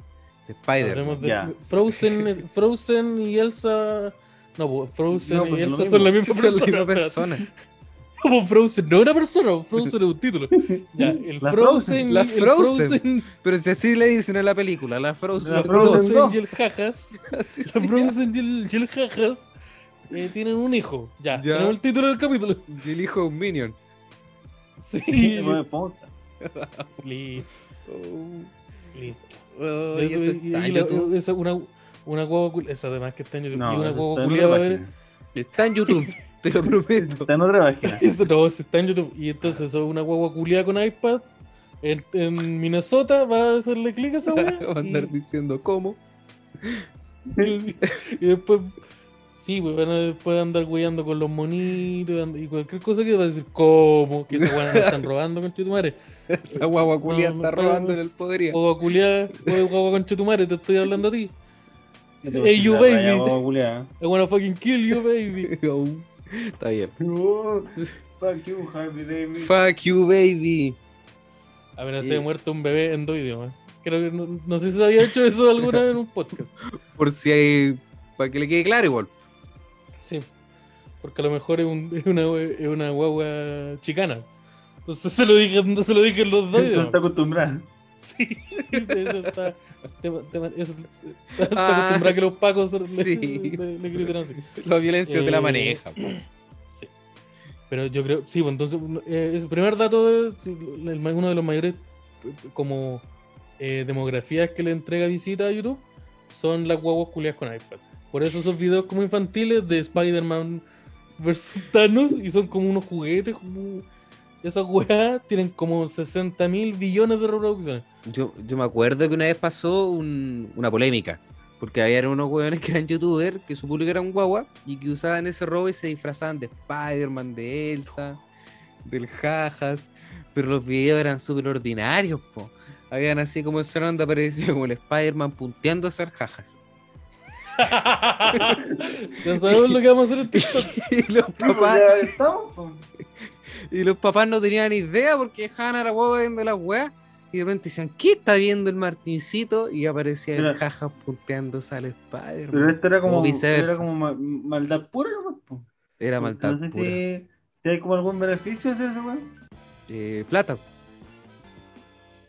A: de Spider.
B: Hablemos de
C: Ya.
B: Frozen, Frozen y Elsa. No, po, Frozen
C: No,
B: y
C: pues es lo
B: Elsa
C: mismo.
B: son la misma
A: [laughs] [laughs] Son la misma
B: persona.
A: persona.
B: Como Frozen, no una persona, Frozen es un título. Ya, el Frozen,
C: La
A: Frozen, la
B: el
A: Frozen.
B: Frozen,
A: Pero si así le dicen en la película, la Frozen.
C: La
B: el
C: Frozen
B: Frozen
C: dos.
B: y el Jajas,
A: Así
B: la
A: se
B: Frozen y el, y el Jajas eh, tienen un hijo. Ya,
A: Ya.
B: tenemos el título del capítulo.
A: llama. Y el hijo de un minion.
B: Sí, [laughs]
C: Bueno, ponga.
B: li- li-
A: Oh, y
B: Eso-
A: eso está
B: y- y
A: en
B: la-
A: YouTube.
B: esa- una una guagua cul- esa además que está en YouTube,
C: No,
B: y una
C: eso
B: guagua
C: está en
B: culiada va a
C: otra
B: ver
C: página.
A: Está en YouTube, te lo prometo.
C: Está en
B: [laughs]
C: otra página.
B: Eso no, si está en YouTube. Y entonces eso, una guagua culiada con iPad en, en Minnesota va a hacerle clic a esa weá.
A: [laughs] [laughs] Va a andar
B: y,
A: diciendo cómo.
B: y- y después, sí, pues van a después andar weyando con los monitos and- y cualquier cosa que va a decir, ¿cómo? Que esa weá nos están robando con Chetumare.
A: Esa guagua culia
B: No,
A: está
B: no,
A: robando
B: no.
A: en el [laughs] podría.
B: Guagua culiada, guagua guagua con Chetumare, te estoy hablando a ti.
C: Ey,
B: you,
C: la
B: baby.
C: raya
B: [laughs]
C: guagua culiada.
B: I wanna fucking kill
A: [laughs]
B: you, baby.
A: Está bien.
C: Oh, Fuck you, Harvey Davis.
A: Fuck you, baby.
B: Amenacé
A: Y-
B: de muerte a un bebé en dos idiomas. Creo que no, no sé si se había hecho eso alguna vez en un podcast.
A: Por si hay. Para que le quede claro, igual.
B: Sí, porque a lo mejor es, un- es una, we- es una guagua chicana. Entonces se lo dije, no se lo dije en los dos.
C: Tú
B: ¿no?
A: [laughs]
C: estás acostumbrado.
B: Sí, eso está, tema- tema- eso- está
A: Ah,
B: acostumbrado a que los pacos le,
A: sí.
B: le- le griten así.
A: La violencia te la
B: Eh,
A: maneja. po.
B: Sí. Pero yo creo, sí, bueno, entonces, uno- eh, es- el primer dato es sí, el ma- uno de los mayores eh, como eh, demografías que le entrega visita a YouTube son las guaguas culiadas con iPad. Por eso esos videos como infantiles de Spider-Man versus Thanos y son como unos juguetes como esas weas tienen como 60 mil billones de reproducciones.
A: Yo, yo me acuerdo que una vez pasó un- una polémica, porque había unos hueones que eran youtubers, que su público era un guagua, y que usaban ese robo y se disfrazaban de Spider-Man, de Elsa, del Jajas, pero los videos eran súper ordinarios, po. Habían así como esa onda parecía como el Spider-Man punteando a hacer jajas. [laughs]
B: [laughs] ya sabemos lo que vamos a hacer en TikTok.
A: Y [laughs] los
C: pues
A: papás,
C: ya estamos, po.
A: y los papás no tenían ni idea porque dejaban a la guagua viendo las weas. Y de repente decían, ¿qué está viendo el Martincito? Y aparecía el
C: Pero-
A: jajas punteando al Spider-Man.
C: Pero esto era
A: O
C: como,
A: viceversa.
C: era como ma- maldad pura, ¿no? po.
A: Era maldad
C: no sé
A: pura.
C: Si, si hay como algún beneficio de hacer eso, weón.
A: Eh,
B: [laughs]
A: plata.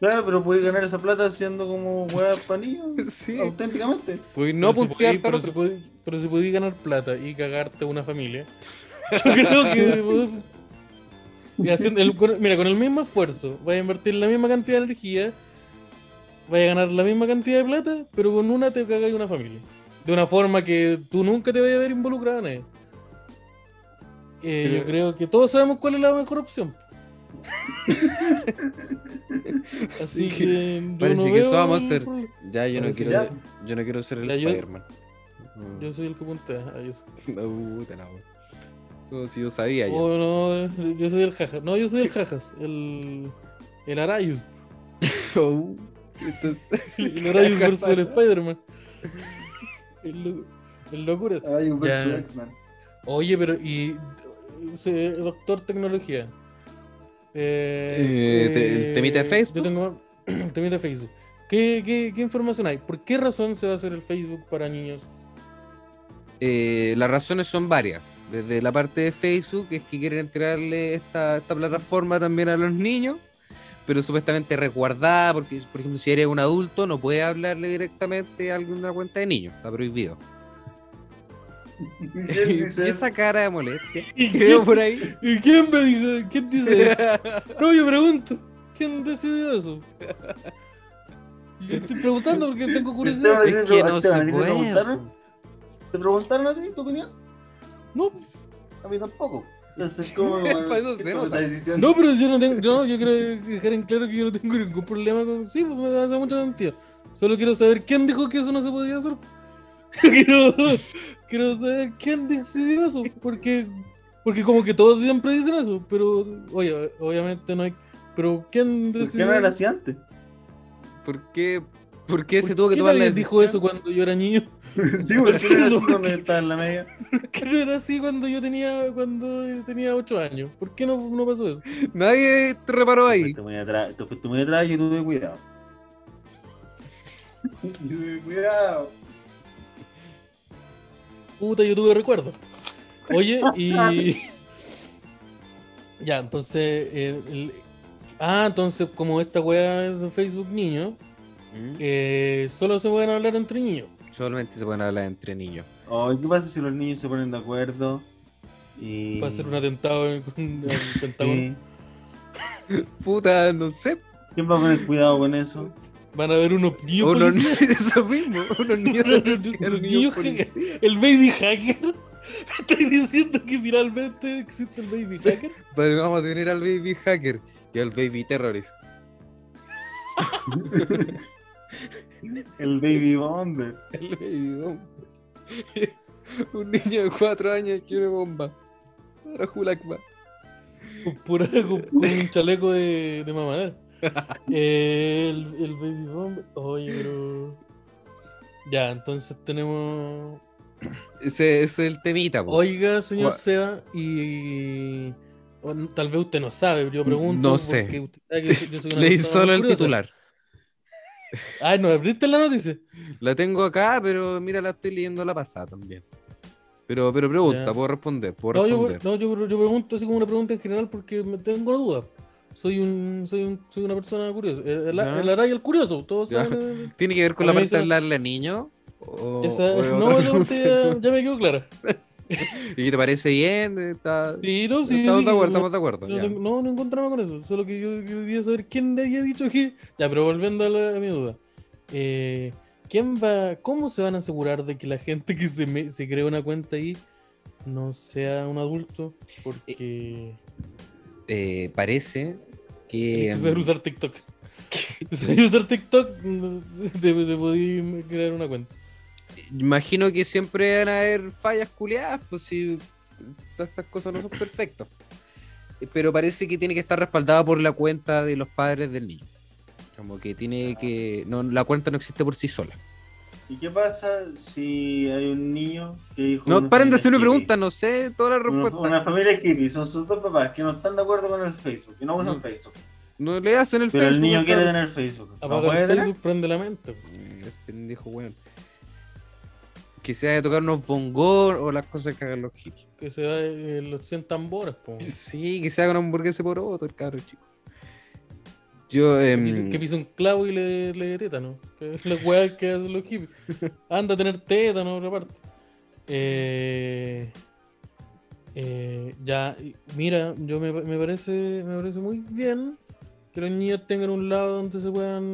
C: Claro, pero puedes ganar esa plata haciendo
A: [laughs]
C: como weá panillo,
A: Sí.
C: auténticamente.
A: Oh, Pues no
B: pero si podí-
A: puntear para
B: pero, si
A: otro.
B: podí- pero si podí ganar plata y cagarte una familia, [laughs] yo
A: [laughs]
B: creo que. y haciendo el- con- mira, con el mismo esfuerzo, vas a invertir la misma cantidad de energía, vas a ganar la misma cantidad de plata, pero con una te cagáis una familia. De una forma que tú nunca te vayas a ver involucrada en ella. Eh,
A: Pero-
B: Yo creo que todos sabemos cuál es la mejor
A: [laughs]
B: opción. Así
A: Así
B: que,
A: que
B: yo
A: parece
B: no
A: que
B: veo
A: eso vamos a
B: el
A: hacer.
B: problema.
A: Ya, yo no,
B: Parece
A: quiero,
C: ya.
A: yo no quiero ser el
B: Ya, yo-
A: Spider-Man. No,
B: Yo soy el que puntea a eso.
A: [laughs] no, puta la wea. No, si yo sabía ya.
B: Oh, no, yo soy el jajas. No, yo soy el jajas. El, el Arayus. [laughs]
A: Oh, [laughs] entonces-
B: El Arayus versus el Spider-Man. [laughs] El, lo- el locura.
C: Hay un
B: Ya.
C: versus
A: [laughs]
C: X-Men.
B: Oye, pero y. ese Doctor Tecnología.
A: Eh, te- el temita de Facebook.
B: Yo tengo [clears throat] el temita de Facebook. ¿Qué, qué, ¿Qué información hay? ¿Por qué razón se va a hacer el Facebook para niños?
A: Eh, las razones son varias. Desde la parte de Facebook es que quieren entregarle esta, esta plataforma también a los niños, pero supuestamente resguardada, porque por ejemplo si eres un adulto no puedes hablarle directamente a alguien de una cuenta de niños, está prohibido.
C: Y él
A: ¿Y
C: dice,
A: esa cara de
B: [laughs]
A: molestia?
B: ¿Y
A: que veo
B: quién,
A: por ahí?
B: y quién me dijo? ¿Quién dice eso? No, yo pregunto. ¿Quién decidió eso? Yo estoy preguntando porque tengo curiosidad.
C: Estaba-
A: es que no
C: Esteban,
A: se
C: ¿a ti te
A: puede.
C: preguntaron?
A: po.
C: ¿Te preguntaron a ti tu opinión?
B: No,
C: A mí tampoco. Entonces,
A: [laughs]
C: ¿cómo weón,
A: Pues no
C: qué
A: sé,
C: toma
A: no
C: esa
A: sé.
C: decisión?
B: no, pero yo no tengo. No, yo quiero dejar en claro que yo no tengo ningún problema con. Sí, pues me hace mucho sentido. Solo quiero saber quién dijo que eso no se podía hacer. [laughs] Quiero, quiero saber quién decidió eso. Porque, porque como que todos siempre dicen eso. Pero, oye, obviamente no hay. Pero, ¿quién
A: pues
C: ¿Por qué
B: decidió?
C: no era
B: eso?
C: así [laughs] antes?
A: ¿Por qué, por qué
B: ¿Por
A: se tuvo que
B: qué
A: tomar la
B: nadie dijo eso
A: decisión?
B: cuando yo era niño?
A: [laughs]
C: Sí, ¿por qué no era así cuando estaba en la media?
B: [laughs] ¿Por qué no era así cuando yo tenía cuando tenía 8 años? ¿Por qué no, no pasó eso?
A: Nadie te reparó
C: Tú
A: ahí.
C: fuiste muy atrás, tú fuiste muy atrás y yo tuve cuidado. [laughs] Yo tuve cuidado.
B: Puta, yo tuve recuerdo. Oye, y. ya, entonces. eh, el- Ah, entonces, como esta wea es de Facebook niño,
A: Mm.
B: eh, solo se pueden hablar entre niños.
A: Solamente se pueden hablar entre niños.
C: Ay, ¿Qué pasa si los niños se ponen de acuerdo? Y...
B: Va a ser un atentado en- con el Pentágono.
C: Sí.
A: Puta, no sé.
C: ¿Quién va a poner cuidado con eso?
B: Van a haber unos niños.
A: Unos
B: policías.
A: niños, eso mismo. [laughs] Unos
B: [laughs]
A: niños, [laughs]
B: Unos niños que- [laughs] El baby hacker. [laughs] Me estoy diciendo que finalmente existe el baby hacker.
A: Pero vamos a tener al baby hacker y al baby terrorist.
C: [laughs]
A: [laughs]
C: El baby bomber.
A: El baby bomba. [laughs] Un niño de cuatro años quiere bomba. Ahora Julakma.
B: Con, pura- [laughs] con- con un chaleco de,
A: [laughs]
B: de mamadera. El, el baby bomb. Oye, pero. Ya, entonces tenemos.
A: Ese, ese es el temita. po.
B: Oiga, señor
A: Gua-
B: Seba, y. o n- tal vez usted no sabe, yo pregunto.
A: No sé.
B: porque usted sabe que yo- yo soy una
A: Leí
B: persona
A: solo
B: muy
A: el
B: curiosa.
A: titular.
B: Ah, no, abriste la noticia.
A: La tengo acá, pero mira, la estoy leyendo a la pasada también. Pero, pero pregunta,
B: Ya.
A: puedo responder, puedo
B: No, yo,
A: responder.
B: no, yo- yo pregunto así como una pregunta en general porque me tengo dudas. Soy un, soy un, soy una persona curiosa. El, el,
A: Ya.
B: el Araya el curioso, todos
A: Ya.
B: saben. el-
A: ¿Tiene que ver con
B: A
A: la
B: mí me
A: parte de
B: hizo-
A: hablarle a niños? [laughs] O,
B: esa-
A: o es
B: [laughs] no,
A: otra
B: esa
A: pregunta?
B: parte ya, ya me quedó clara.
A: [laughs] ¿Y qué te parece bien? Está-
B: Sí, no, sí,
A: estamos
B: sí,
A: de acuerdo,
B: no-
A: estamos de acuerdo.
B: No,
A: ya.
B: tengo- no, no encontraba con eso. Solo que yo yo quería saber quién le había dicho que. Ya, pero volviendo a, la- a mi duda. Eh, ¿Quién va. ¿Cómo se van a asegurar de que la gente que se, me- se crea una cuenta ahí no sea un adulto? Porque.
A: eh, parece que. em.
B: Tienes que saber usar TikTok. [laughs] Si sabes usar TikTok, no, te, te podí crear una cuenta.
A: mm, Imagino que siempre van a haber fallas culeadas, pues si todas estas cosas no son perfectas. Pero parece que tiene que estar respaldada por la cuenta de los padres del niño. Como que
C: Ah.
A: tiene que. No, la cuenta no existe por sí sola.
C: ¿Y qué pasa si hay un niño que dijo.
A: No,
C: una
A: paren de hacerme
C: familia hippie?
A: preguntas, no sé todas las
C: Una,
A: respuestas.
C: una familia hippie, son sus dos papás que no están de acuerdo con el Facebook, que no usan
A: No.
C: Facebook.
A: No le hacen el
C: Pero el
A: Facebook,
C: niño
A: no
C: quiere
A: tal.
C: tener Facebook. ¿No
B: Apaga
C: puede
B: el
C: tener?
B: Facebook, prende la mente. po.
A: Mm, Es pendejo, weón. Que se vaya a tocar unos bongos o las cosas que hagan los hippies.
B: Que se va eh, los 100 tambores, po. Que
A: Sí, que se haga una hamburguesa por otro, el cabro chico. Yo,
B: pise-
A: em,
B: Que pise un clavo y le, le dé tétano. Que [laughs] es la weá que hacen los hippies. Anda a tener tétano, otra parte. Eh, eh, ya, y- mira, yo me, me parece, me parece muy bien que los niños tengan un lado donde se puedan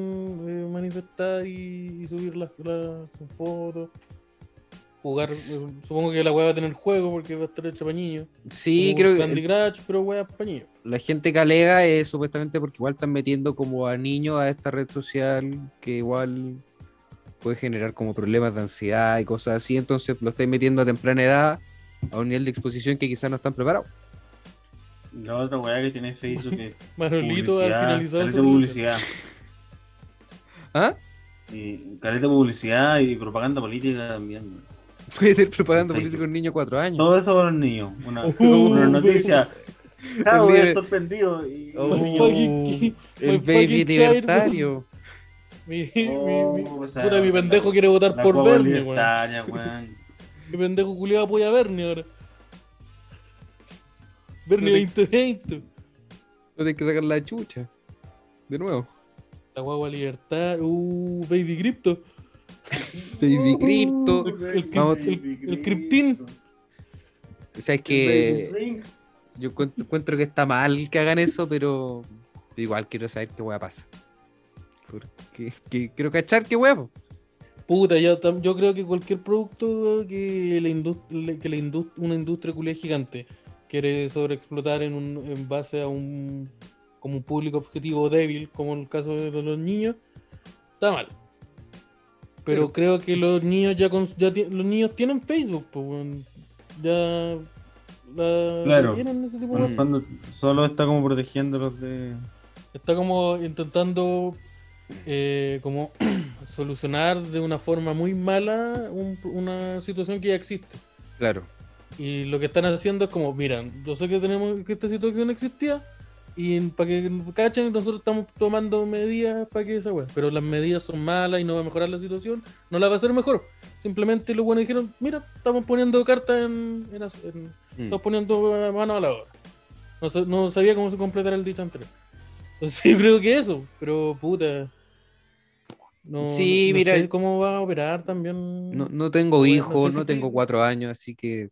B: eh, manifestar y, y subir las, las- sus fotos. Jugar, eh, supongo que la weá va a tener juego porque va a estar hecha para niños.
A: sí,
B: Como
A: creo que
B: Candy Crush, pero weá para niños.
A: la gente que alega es supuestamente porque igual están metiendo como a niños a esta red social que igual puede generar como problemas de ansiedad y cosas así, entonces lo estáis metiendo a temprana edad a un nivel de exposición que quizás no están preparados.
C: La otra weá que tiene Facebook es
B: Manolito al
C: publicidad.
B: finalizar
C: Caleta
B: su
C: publicidad.
A: ¿Ah? [laughs]
C: Y caleta publicidad y propaganda política también. weón.
A: Puede ser propaganda
C: Facebook.
A: política a un niño de cuatro años.
C: Todo eso para los niños. Una, [laughs]
B: Uh.
C: una noticia.
A: [laughs]
C: Claro,
A: El
C: weón,
A: líder-
C: sorprendido. Y,
A: Oh,
C: los
B: My [laughs]
C: niños,
B: fucking- my
A: El
B: fucking
A: baby
B: child.
A: libertario.
B: Mi,
C: Oh,
B: mi- mi-
C: o sea,
B: puta, mi
C: la-
B: pendejo quiere votar
C: la
B: por
C: guagua
B: Bernie, weón.
C: libertaria, weón.
B: Mi pendejo culiado apoya a Bernie ahora. Bernie
A: No te-
B: 2020.
A: No tienes que sacar la chucha. De nuevo.
B: La guagua libertad. Uh, Baby Crypto.
A: Baby Crypto.
B: El, el,
A: Vamos.
B: el- el Cryptin.
A: O sea, es
C: Baby
A: que
C: Swing.
A: yo encuent- encuentro que está mal que hagan eso, pero igual quiero saber qué hueá pasa. Porque que- quiero cachar qué huevo.
B: Puta, yo, tam- yo creo que cualquier producto que la industria, que la indust- una industria culia gigante quiere sobreexplotar en, un, en base a un como un público objetivo débil, como en el caso de los niños, está mal. Pero, creo que los niños ya, cons- ya ti- los niños tienen Facebook, pues, weón. ya la-
C: Claro.
B: tienen ese tipo de
C: Bueno,
A: Mm.
C: cuando solo está como protegiéndolos de.
B: está como intentando eh, como [clears throat] solucionar de una forma muy mala un- una situación que ya existe.
A: Claro.
B: Y lo que están haciendo es como, miran, yo sé que tenemos que esta situación existía y para que cachen nosotros estamos tomando medidas para que esa weá, pero las medidas son malas y no va a mejorar la situación, no la va a hacer mejor. Simplemente los buenos dijeron, mira, estamos poniendo cartas en, en az- en-
A: Mm.
B: estás poniendo eh, mano a la obra. No, sa- no sabía cómo se completara el dicho anterior. Entonces, [laughs] yo creo que eso, pero puta. No,
A: Sí,
B: no- no
A: mira,
B: sé cómo va a operar también.
A: Mm. No, no tengo
B: Bueno,
A: hijos, no,
B: sí, sí, sí.
A: tengo cuatro años, así que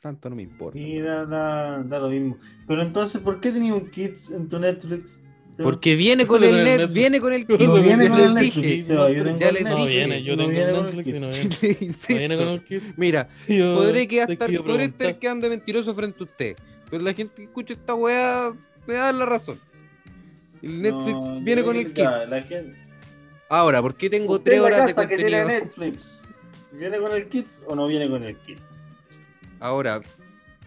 A: tanto no me importa.
C: Sí, da, da- da lo mismo. Pero entonces, ¿por qué tenía un Kids en tu Netflix?
A: Porque viene con
B: Eso
A: el
B: es
A: net,
B: Netflix.
A: viene
B: [laughs]
A: con el
B: Eso
A: kit,
B: es
A: ya
C: viene
B: Netflix.
C: con
A: les
C: el Netflix,
A: dije.
C: Seba, yo tengo
A: ya
C: el
A: les
B: No
C: Netflix,
B: viene, yo
C: no
B: tengo
C: viene
B: el
C: con el
B: Netflix y no
A: [laughs]
C: Kids.
A: Le
B: viene. No
A: insisto.
B: viene con el kit.
A: Mira,
B: Sí, yo
A: Podré que
B: te
A: estar,
B: quiero
A: podré estar
B: preguntar.
A: quedando este mentiroso frente a usted. Pero la gente que escucha esta weá me da la razón. El Netflix
C: No, yo
A: viene
C: creo
A: con
C: que
A: el
C: ya,
A: Kids.
C: la gente-
A: Ahora, ¿por qué tengo
C: Usted
A: tres
C: en la
A: horas de
C: casa que tiene
A: contenido?
C: Netflix. ¿Viene con el Kids o no viene con el Kids?
A: Ahora,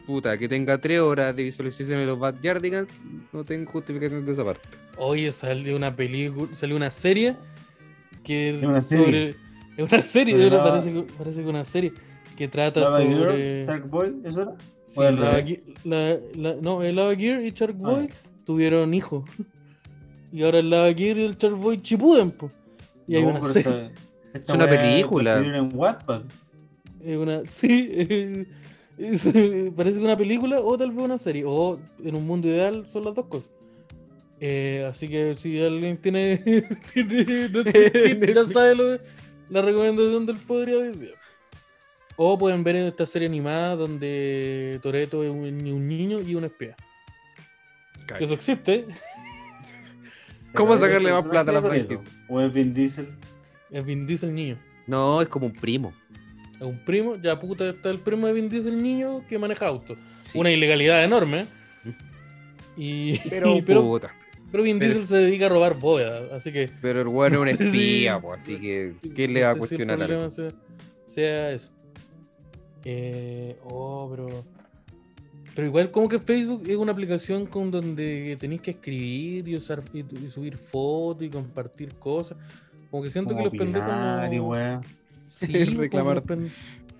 A: puta, que tenga tres horas de visualización de los Bad Yardigans, no tengo justificación de esa parte.
B: Oye, salió una película, salió una serie que
C: Es una serie.
B: sobre. Es una serie,
C: Sobre
B: yo creo,
C: la-
B: parece, que- parece que una serie que trata
C: Lava
B: sobre.
C: Girl, Shark Boy, ¿eso era?
B: Sí,
C: Bueno,
B: Lava
C: eh.
B: Ge- la- la- no, el Lava Gear y Shark
C: Ah.
B: Boy tuvieron hijos. Y ahora el Lava Gear y el Shark Boy chipuden, po. Y hay
C: No,
B: una
C: pero
B: serie.
C: esta- esta
A: Es una
C: weá la
A: película.
C: escribieron en Wattpad.
B: [laughs] es una- sí, [laughs] eh, es- eh, parece que una película o tal vez una serie. O en un mundo ideal son las dos cosas. Eh, así que si alguien tiene, [laughs] tiene
C: [laughs]
B: Netflix Kids, ya sabe lo- la recomendación del podría hoy día. O pueden ver esta serie animada donde Toreto es un, un niño y un espía.
A: Cacha.
B: Eso existe,
A: ¿Cómo
C: Pero
A: sacarle
C: es
A: más
C: un
A: plata a la
C: Toretto,
A: franquicia?
C: O es Vin Diesel.
B: es Vin Diesel niño.
A: No, es como un primo.
B: Es un primo, ya puta, está el primo de Vin Diesel niño que maneja autos.
A: Sí.
B: Una ilegalidad enorme. ¿eh? Y, [laughs] y-
A: Pero,
B: pero,
A: puta,
B: pero Vin
A: pues, pero-
B: Diesel se dedica a robar bóvedas, así que...
A: pero el weón es un
B: No [laughs] sé si-
A: espía, po, así que ¿quién le va a
B: No sé si el
A: cuestionar algo?
B: problema sea, sea eso. Eh, oh, pero. Pero igual, como que Facebook es una aplicación con donde tenéis que escribir y usar y, y subir fotos y compartir cosas. Como que siento que los pendejos
C: opinar y
B: no.
C: weón.
A: [laughs]
B: Sí, como que los
A: Reclamar.
B: pen-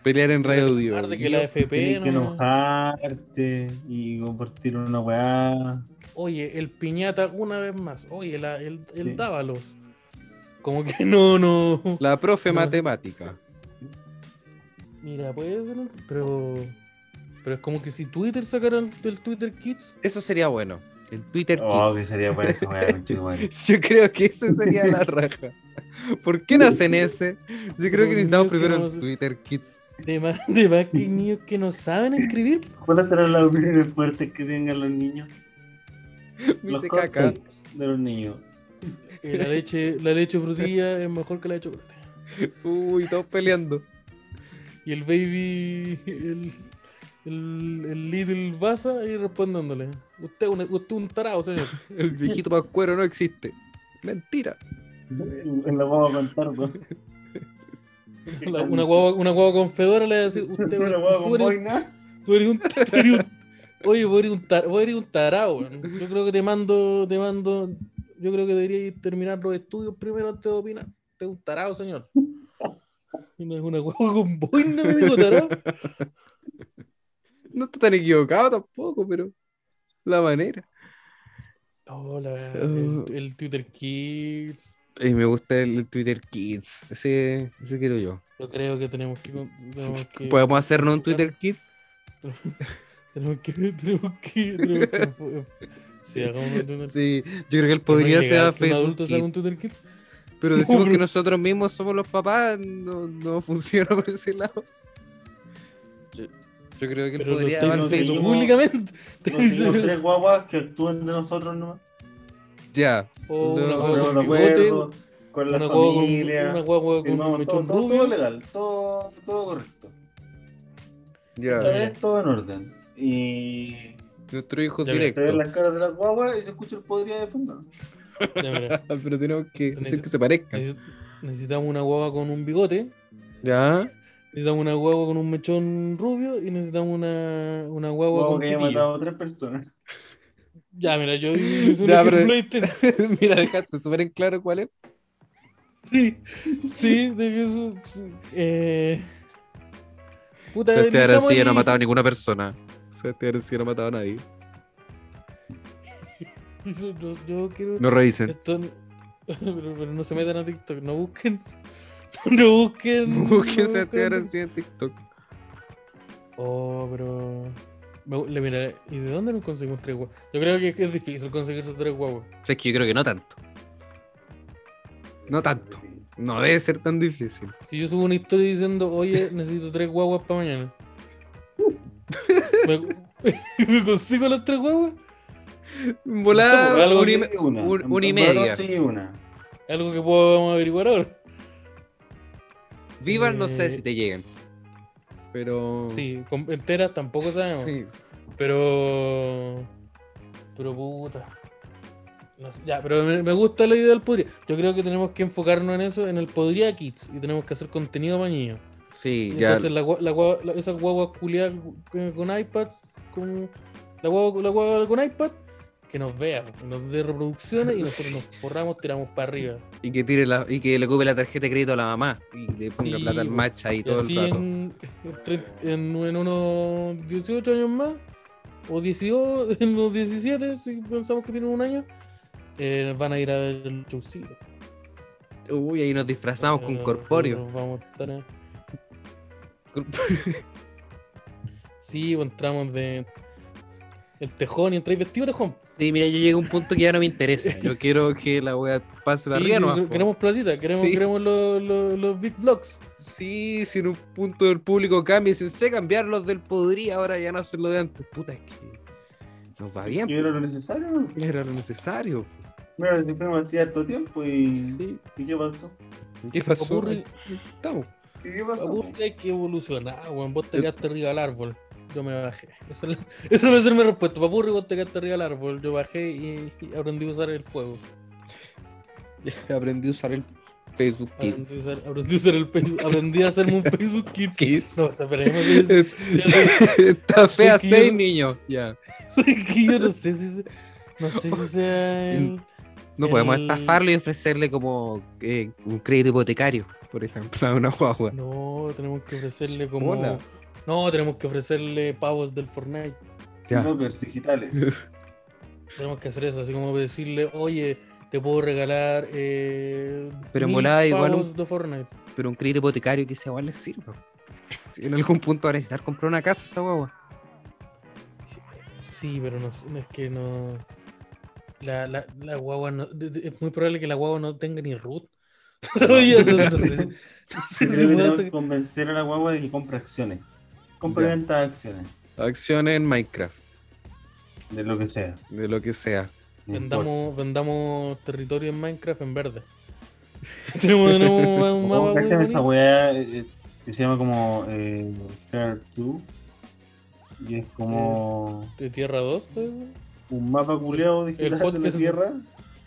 A: Pelear en radio
B: reclamar de que la FP
C: Tienes que
B: no.
C: enojarte y compartir una weá.
B: Oye, el piñata una vez más. Oye, la, el, el
C: Sí.
B: Dávalos. Como que [laughs] no, no.
A: La profe
B: No.
A: matemática.
B: Mira, puede ser, un- pero. Pero es como que si Twitter sacara el, el Twitter Kids.
A: Eso sería bueno. El Twitter
C: Oh, que
A: Kids.
C: sería para esa weá,
A: [laughs]
C: conchetumare.
A: Yo creo que ese sería
B: [laughs]
A: la raja. ¿Por qué no hacen ese? Yo creo que
B: Los
A: necesitamos
B: niños que
A: primero
B: no
A: el
B: se-
A: Twitter Kids.
B: De más, [laughs] de más que hay niños que no saben escribir.
C: ¿Cuáles serán las opiniones fuertes que tengan los niños?
A: Me
C: los
A: dice caca.
C: cupcakes de los niños.
B: Eh, La leche, la leche frutilla
C: [laughs]
B: es mejor que la de chocolate.
A: Uy, todos peleando.
B: Y el baby. El, el, el Little Baza ahí respondiéndole. Usted, es un- usted es un tarado,
C: [laughs]
B: señor.
A: [laughs] El viejito pascuero no existe. Mentira.
C: En la vamos a contar, weón.
B: [laughs] La- una, guagua, una guagua con Fedora le va a decir: Usted es
C: Una
B: un-
C: guagua
B: tú
C: con
B: eres- [laughs]
C: boina.
B: Tú eres un, tú eres un- oye, vos eres un, tar- vos eres un tarao, weón. Yo creo que te mando, te mando, yo creo que deberías terminar los estudios primero antes de opinar. Usted es un tarao, señor. Una, una guagua con boina, me digo tarao.
A: No está tan equivocado tampoco, pero la manera.
B: Hola, el, el Twitter Kids.
A: Y me gusta el, el Twitter Kids. Ese, ese quiero yo.
B: Yo creo que tenemos que, con- tenemos que,
A: ¿Podemos hacernos un Twitter Kids?
B: tenemos que, tenemos que, tenemos que enfo- sí, hagamos un Twitter
A: Sí, yo creo que él
B: Pero no es
A: podría ser
B: legal
A: a
B: que un
A: Facebook
B: adulto saque un
A: Kids.
B: Twitter Kids.
A: Pero
B: No,
A: decimos
B: [laughs]
A: que
B: pero-
A: nosotros mismos somos los papás, no, no funciona por ese lado. Yo, yo creo que él
B: Pero lo
A: podría
B: estoy
C: llamarse
A: llamarse
B: diciendo
C: como-
B: públicamente.
C: Conseguimos tres guaguas que actúen de nosotros nomás.
A: ya.
B: O
A: No,
B: una
A: no,
B: guagua con
C: Tenemos los
B: bigote,
C: acuerdos con la
B: una guagua con,
C: familia.
B: una guagua con
C: firmamos todo,
B: mechón
C: todo, todo
B: rubio.
C: legal, todo, todo correcto.
A: Ya.
B: Ya.
C: Eh, Todo en orden. Y
A: Nuestro hijo
B: Ya, mira,
A: directo.
C: se ven las caras de las guaguas y se escucha el podría de fondo.
B: Ya,
A: [laughs]
B: mira,
A: Ah, Pero tenemos que hacer
B: Necesito-
A: que se parezcan.
B: necesit- necesitamos una guagua con un bigote, [laughs]
A: Ya.
B: necesitamos una guagua con un mechón rubio y necesitamos una, una guagua
C: Guagua
B: con
C: que haya
B: pitillo.
C: matado a tres personas.
B: Ya, mira,
A: [laughs]
B: yo hice un
A: Ya, pero-
B: ejemplo distinto.
A: Mira, dejaste súper en claro cuál es.
B: Sí, sí, debió ser- sí. Eh... Puta,
A: Sebastián
B: elijamos
A: Arancilla no ha
B: el-
A: matado a ninguna persona. Sebastián Arancilla no ha matado a nadie.
B: [laughs] Yo, yo- yo quiero...
A: No revisen.
B: Esto... [laughs] Pero, pero no se metan a TikTok, no busquen... [laughs] No busquen...
A: [laughs] Busquen
B: no
A: Sebastián
B: busquen-
A: Arancilla en TikTok.
B: Oh, pero. Me- le- mira, ¿y de dónde nos conseguimos tres guaguas? Yo creo que es, que es difícil conseguir esos tres guaguas.
A: O sea, es que yo creo que no tanto. No tanto. No debe ser tan difícil.
B: Si yo subo una historia diciendo, oye, necesito tres guaguas para mañana. ¿Me, [laughs] me consigo las tres guaguas?
A: Volada.
C: Algo
A: un im-
C: así, una.
A: un-
C: En
A: una y
C: verdad,
A: media.
C: sí, una.
B: Algo que podamos averiguar ahora.
A: Vivas no sé
B: Eh,
A: si te llegan. Pero.
B: Sí, con- enteras tampoco sabemos.
A: Sí.
B: Pero. Pero puta. No sé, ya, pero me, me gusta la idea del podría. Yo creo que tenemos que enfocarnos en eso, en el podría kids. Y tenemos que hacer contenido para niños.
A: Sí,
B: Y
A: ya.
B: Entonces la, gua- la, gua- la- esa guagua culiada con, con iPad, con, la, guagua, la guagua con iPad, que nos vea, po, que nos dé reproducciones y nosotros
A: Sí.
B: nos forramos, tiramos para arriba.
A: Y que tire la, y que le ocupe la tarjeta de crédito a la mamá. Y le ponga
B: Sí,
A: plata al
B: bo.
A: match ahí
B: Y
A: todo
B: así
A: el rato.
B: en, en, tre- en- en unos 18 años más, o 18, [laughs] en unos 17, si pensamos que tienen un año, eh, van a ir a ver el showcito.
A: Uy, ahí nos disfrazamos con
B: Eh,
A: corpóreo.
B: nosotros Vamos a estar a-
A: Corpóreo.
B: Sí, pues, entramos de... El tejón y entráis vestido de tejón.
A: Sí, mira, yo llego a un punto que ya no me interesa. [laughs] Yo quiero que la wea pase para
B: Sí,
A: arriba
B: sí,
A: nomás.
B: quer-
A: po.
B: queremos platita, queremos,
A: Sí.
B: queremos los, los- los big blocks.
A: Sí, si en un punto del público cambia, si sé cambiarlos del podría, ahora ya no hacerlo de antes. Puta, es que nos va bien.
C: Yo era lo necesario.
A: po. Era lo necesario. po.
C: Mira, lo hicimos hacía harto tiempo y.
A: Sí.
C: ¿Y qué pasó?
A: ¿Qué pasó?
B: Ocurre,
A: Estamos.
C: ¿Y qué pasó?
B: Ah, ocurre que evolucionar, weón. Vos te quedaste arriba del árbol. Yo me bajé. Esa, es la- [laughs] esa debe ser mi respuesta. Papurri, vos te quedaste arriba del árbol. Yo bajé y, y aprendí a usar el fuego.
A: [laughs] Aprendí a usar el Facebook
B: Aprendí a
A: [laughs] Kids.
B: usar, aprendí a usar el Facebook. Aprendí a hacerme un Facebook Kids.
A: Kids.
B: No, o sea, pero yo no
A: [laughs]
B: sé si-
A: Está fea
B: Porque yo
A: seis
B: no-
A: niños. Ya.
B: Es que yo no sé si se- no sé si
A: [laughs]
B: sea el-
A: No podemos
B: El-
A: estafarlo y ofrecerle como eh, un crédito hipotecario, por ejemplo, [laughs] a una guagua.
B: No, tenemos que ofrecerle como.
A: Hola.
B: No, tenemos que ofrecerle pavos del Fortnite.
A: Ya.
C: Bloggers digitales.
B: Tenemos que hacer eso, así como decirle, oye, te puedo regalar. Eh,
A: Pero en
B: mil
A: volada igual
B: pavos
A: un-
B: de Fortnite.
A: Pero un crédito hipotecario que esa guagua les sirva. En algún punto va a necesitar comprar una casa esa guagua.
B: Sí, pero no, sé, no es que no. La, la, la guagua no. de- de- Es muy probable que la guagua no tenga ni root. [laughs] Oye, no, no sé. [laughs] No sé si
C: Creo que
B: puede
C: tenemos
B: ser-
C: que convencer a la guagua de que compre acciones. Compre
A: Ya.
C: venta de acciones,
A: Acciones en Minecraft,
C: de lo que sea.
A: de lo que sea.
C: No importa.
B: Vendamos, vendamos territorio en Minecraft en verde. [laughs] tenemos tenemos un
C: ¿Cómo
B: mapa muy
C: cachan esa
B: bonito.
C: weá eh, que se llama como eh, Hair 2? Y es como
B: de Tierra 2. ¿eh?
C: un mapa culeado digital de la
B: podcast-
C: tierra.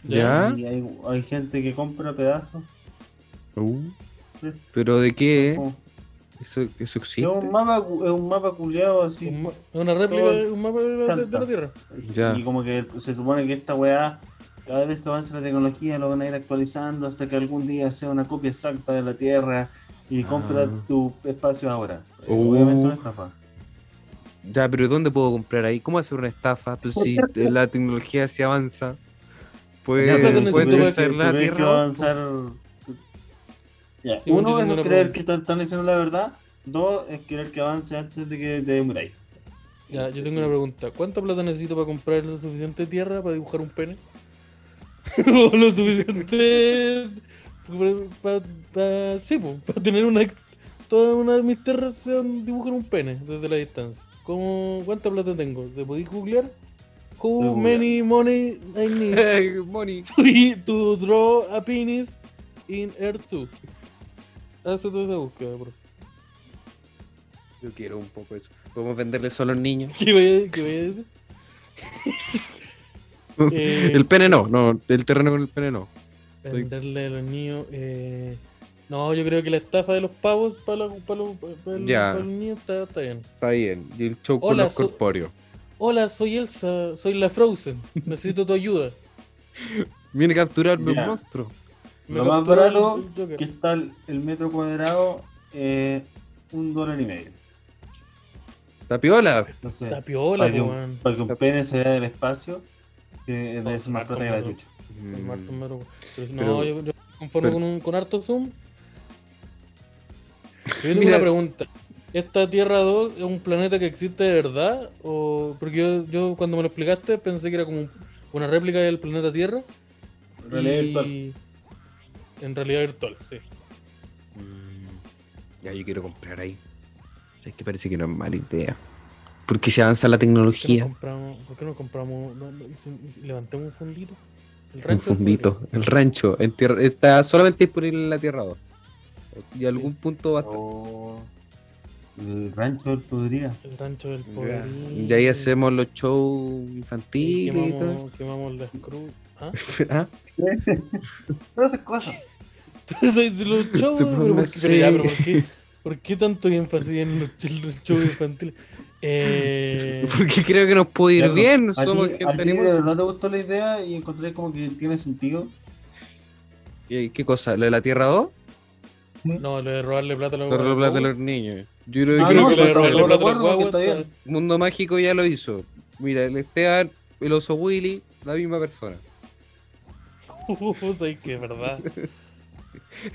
A: ¿Ya?
C: Y hay, hay gente que compra pedazos.
A: Uh,
C: Sí.
A: Pero de qué?
C: Como-
A: Eso, eso
C: Es
A: existe.
C: un mapa, cu- es un mapa culeado así.
B: Un ma- una réplica,
C: Todo-
B: un mapa de la, de- de la
C: Canta.
B: Tierra.
A: Ya.
C: Y como que se supone que esta weá, cada vez que avance la tecnología, lo van a ir actualizando hasta que algún día sea una copia exacta de la Tierra y
A: Ah.
C: compra tu espacio ahora. Eh,
A: Uh.
C: Obviamente una estafa.
A: Ya, pero ¿dónde puedo comprar ahí? ¿Cómo hacer una estafa? Pues si eh, la tecnología se avanza,
B: Ya,
A: pues
B: pero necesito
A: pueden
B: ver-
A: hacer la
C: Tú ves que va
A: [laughs]
C: a
A: tierra.
C: avanzar. Ya,
B: Sí,
C: uno
B: porque
C: es
B: no
C: no
B: lo
C: creer
B: puedo-
C: que están, están diciendo la verdad. Dos es querer que avance antes de que te muráis.
B: Ya, yo
C: Sí,
B: tengo
C: sí.
B: una pregunta. ¿Cuánta plata necesito para comprar la suficiente tierra para dibujar un pene? [laughs] ¿O lo suficiente para, para- sí, po, para tener una... Toda una de mis tierras sean dibujar un pene desde la distancia. ¿Cómo, ¿Cuánta plata tengo? ¿Te podéis googlear?
C: Puedo
B: How
C: googlear.
B: many money I need? [laughs]
A: Eh, Moni.
B: y to draw a penis in Air 2. Hace toda esa búsqueda, por favor. [laughs]
A: Yo quiero un poco eso. Podemos venderle solo a los niños.
B: ¿Qué voy a, qué voy a decir? Eh,
A: el pene no, no, el terreno con el pene no.
B: Venderle a los niños. eh, No, yo creo que la estafa de los pavos para los, para los, para los-
A: Ya.
B: para los niños está, está bien.
A: Está bien. Y el show con
B: Hola,
A: los
B: su-
A: corpóreos.
B: Hola, soy Elsa, soy la Frozen. Necesito tu
C: [laughs]
B: ayuda.
A: Viene a capturarme
C: Ya.
A: un monstruo.
C: Lo más
B: capturó el-
C: barato
B: el Joker.
C: que está el, el metro cuadrado eh, un dólar y medio.
A: Tapiola.
C: No sé,
B: La piola,
C: para que,
B: po,
C: un,
B: weón. Oh,
C: para que un pene se vea del espacio, que
B: No,
C: debe ser más
B: harto
C: plata que la
B: metro.
C: chucha.
B: El Marto
A: Mm.
B: Mero, weón. Pero si no,
A: Pero-
B: yo, yo conforme
A: pero-
B: con, un- con harto zoom. Yo tengo
A: Mira.
B: una pregunta. ¿Esta Tierra 2 es un planeta que existe de verdad? O... Porque yo, yo cuando me lo explicaste pensé que era como un- una réplica del planeta Tierra.
C: En realidad,
B: y-
C: el-
B: En realidad virtual, sí.
A: Mm. Ya, yo quiero comprar ahí. Es que parece que no es mala idea. Porque se avanza la
B: ¿Por qué no
A: tecnología.
B: compramos, por qué no compramos no, no, y si- y si levantemos un fundito? El
A: Un
B: rancho del
A: fundito, el rancho. en tierra- está solamente disponible en la Tierra 2. Y algún punto va a
B: Oh,
A: estar.
C: O Oh, el rancho del podría.
B: Podrido, El rancho del
A: Ya.
B: poder.
A: Y ahí hacemos los shows infantiles y todo.
B: Quemamos, quemamos las cruz. ¿Ah?
A: [laughs] Ah,
C: Todas esas cosas.
B: Entonces, si los shows,
A: Supongo,
B: pero ¿por qué, pero ya,
A: sí.
B: pero ¿por qué, por qué tanto énfasis en los, en los shows infantiles? Eh,
A: Porque creo que nos puede ir
C: Claro,
A: bien.
C: A ti,
A: Somos
C: a
A: gente
C: ti de
A: animosa.
C: verdad te gustó la idea y encontré como que tiene sentido.
A: ¿Qué, qué cosa? ¿Lo de la Tierra 2?
B: no, lo de robarle plata a los
A: Lo de la- de
B: guaguas.
A: los niños. Yo creo,
C: Ah,
A: creo
C: no,
A: que
B: lo de
A: lo-
C: eso
B: robarle
C: lo
B: plata a los
C: recuerdo porque
B: guaguas
C: está
B: está- [laughs]
C: bien.
A: Mundo Mágico ya lo hizo. Mira, el Esteban, el oso Willy, la misma persona. [laughs]
B: Uh, ¿sabes qué? ¿Verdad?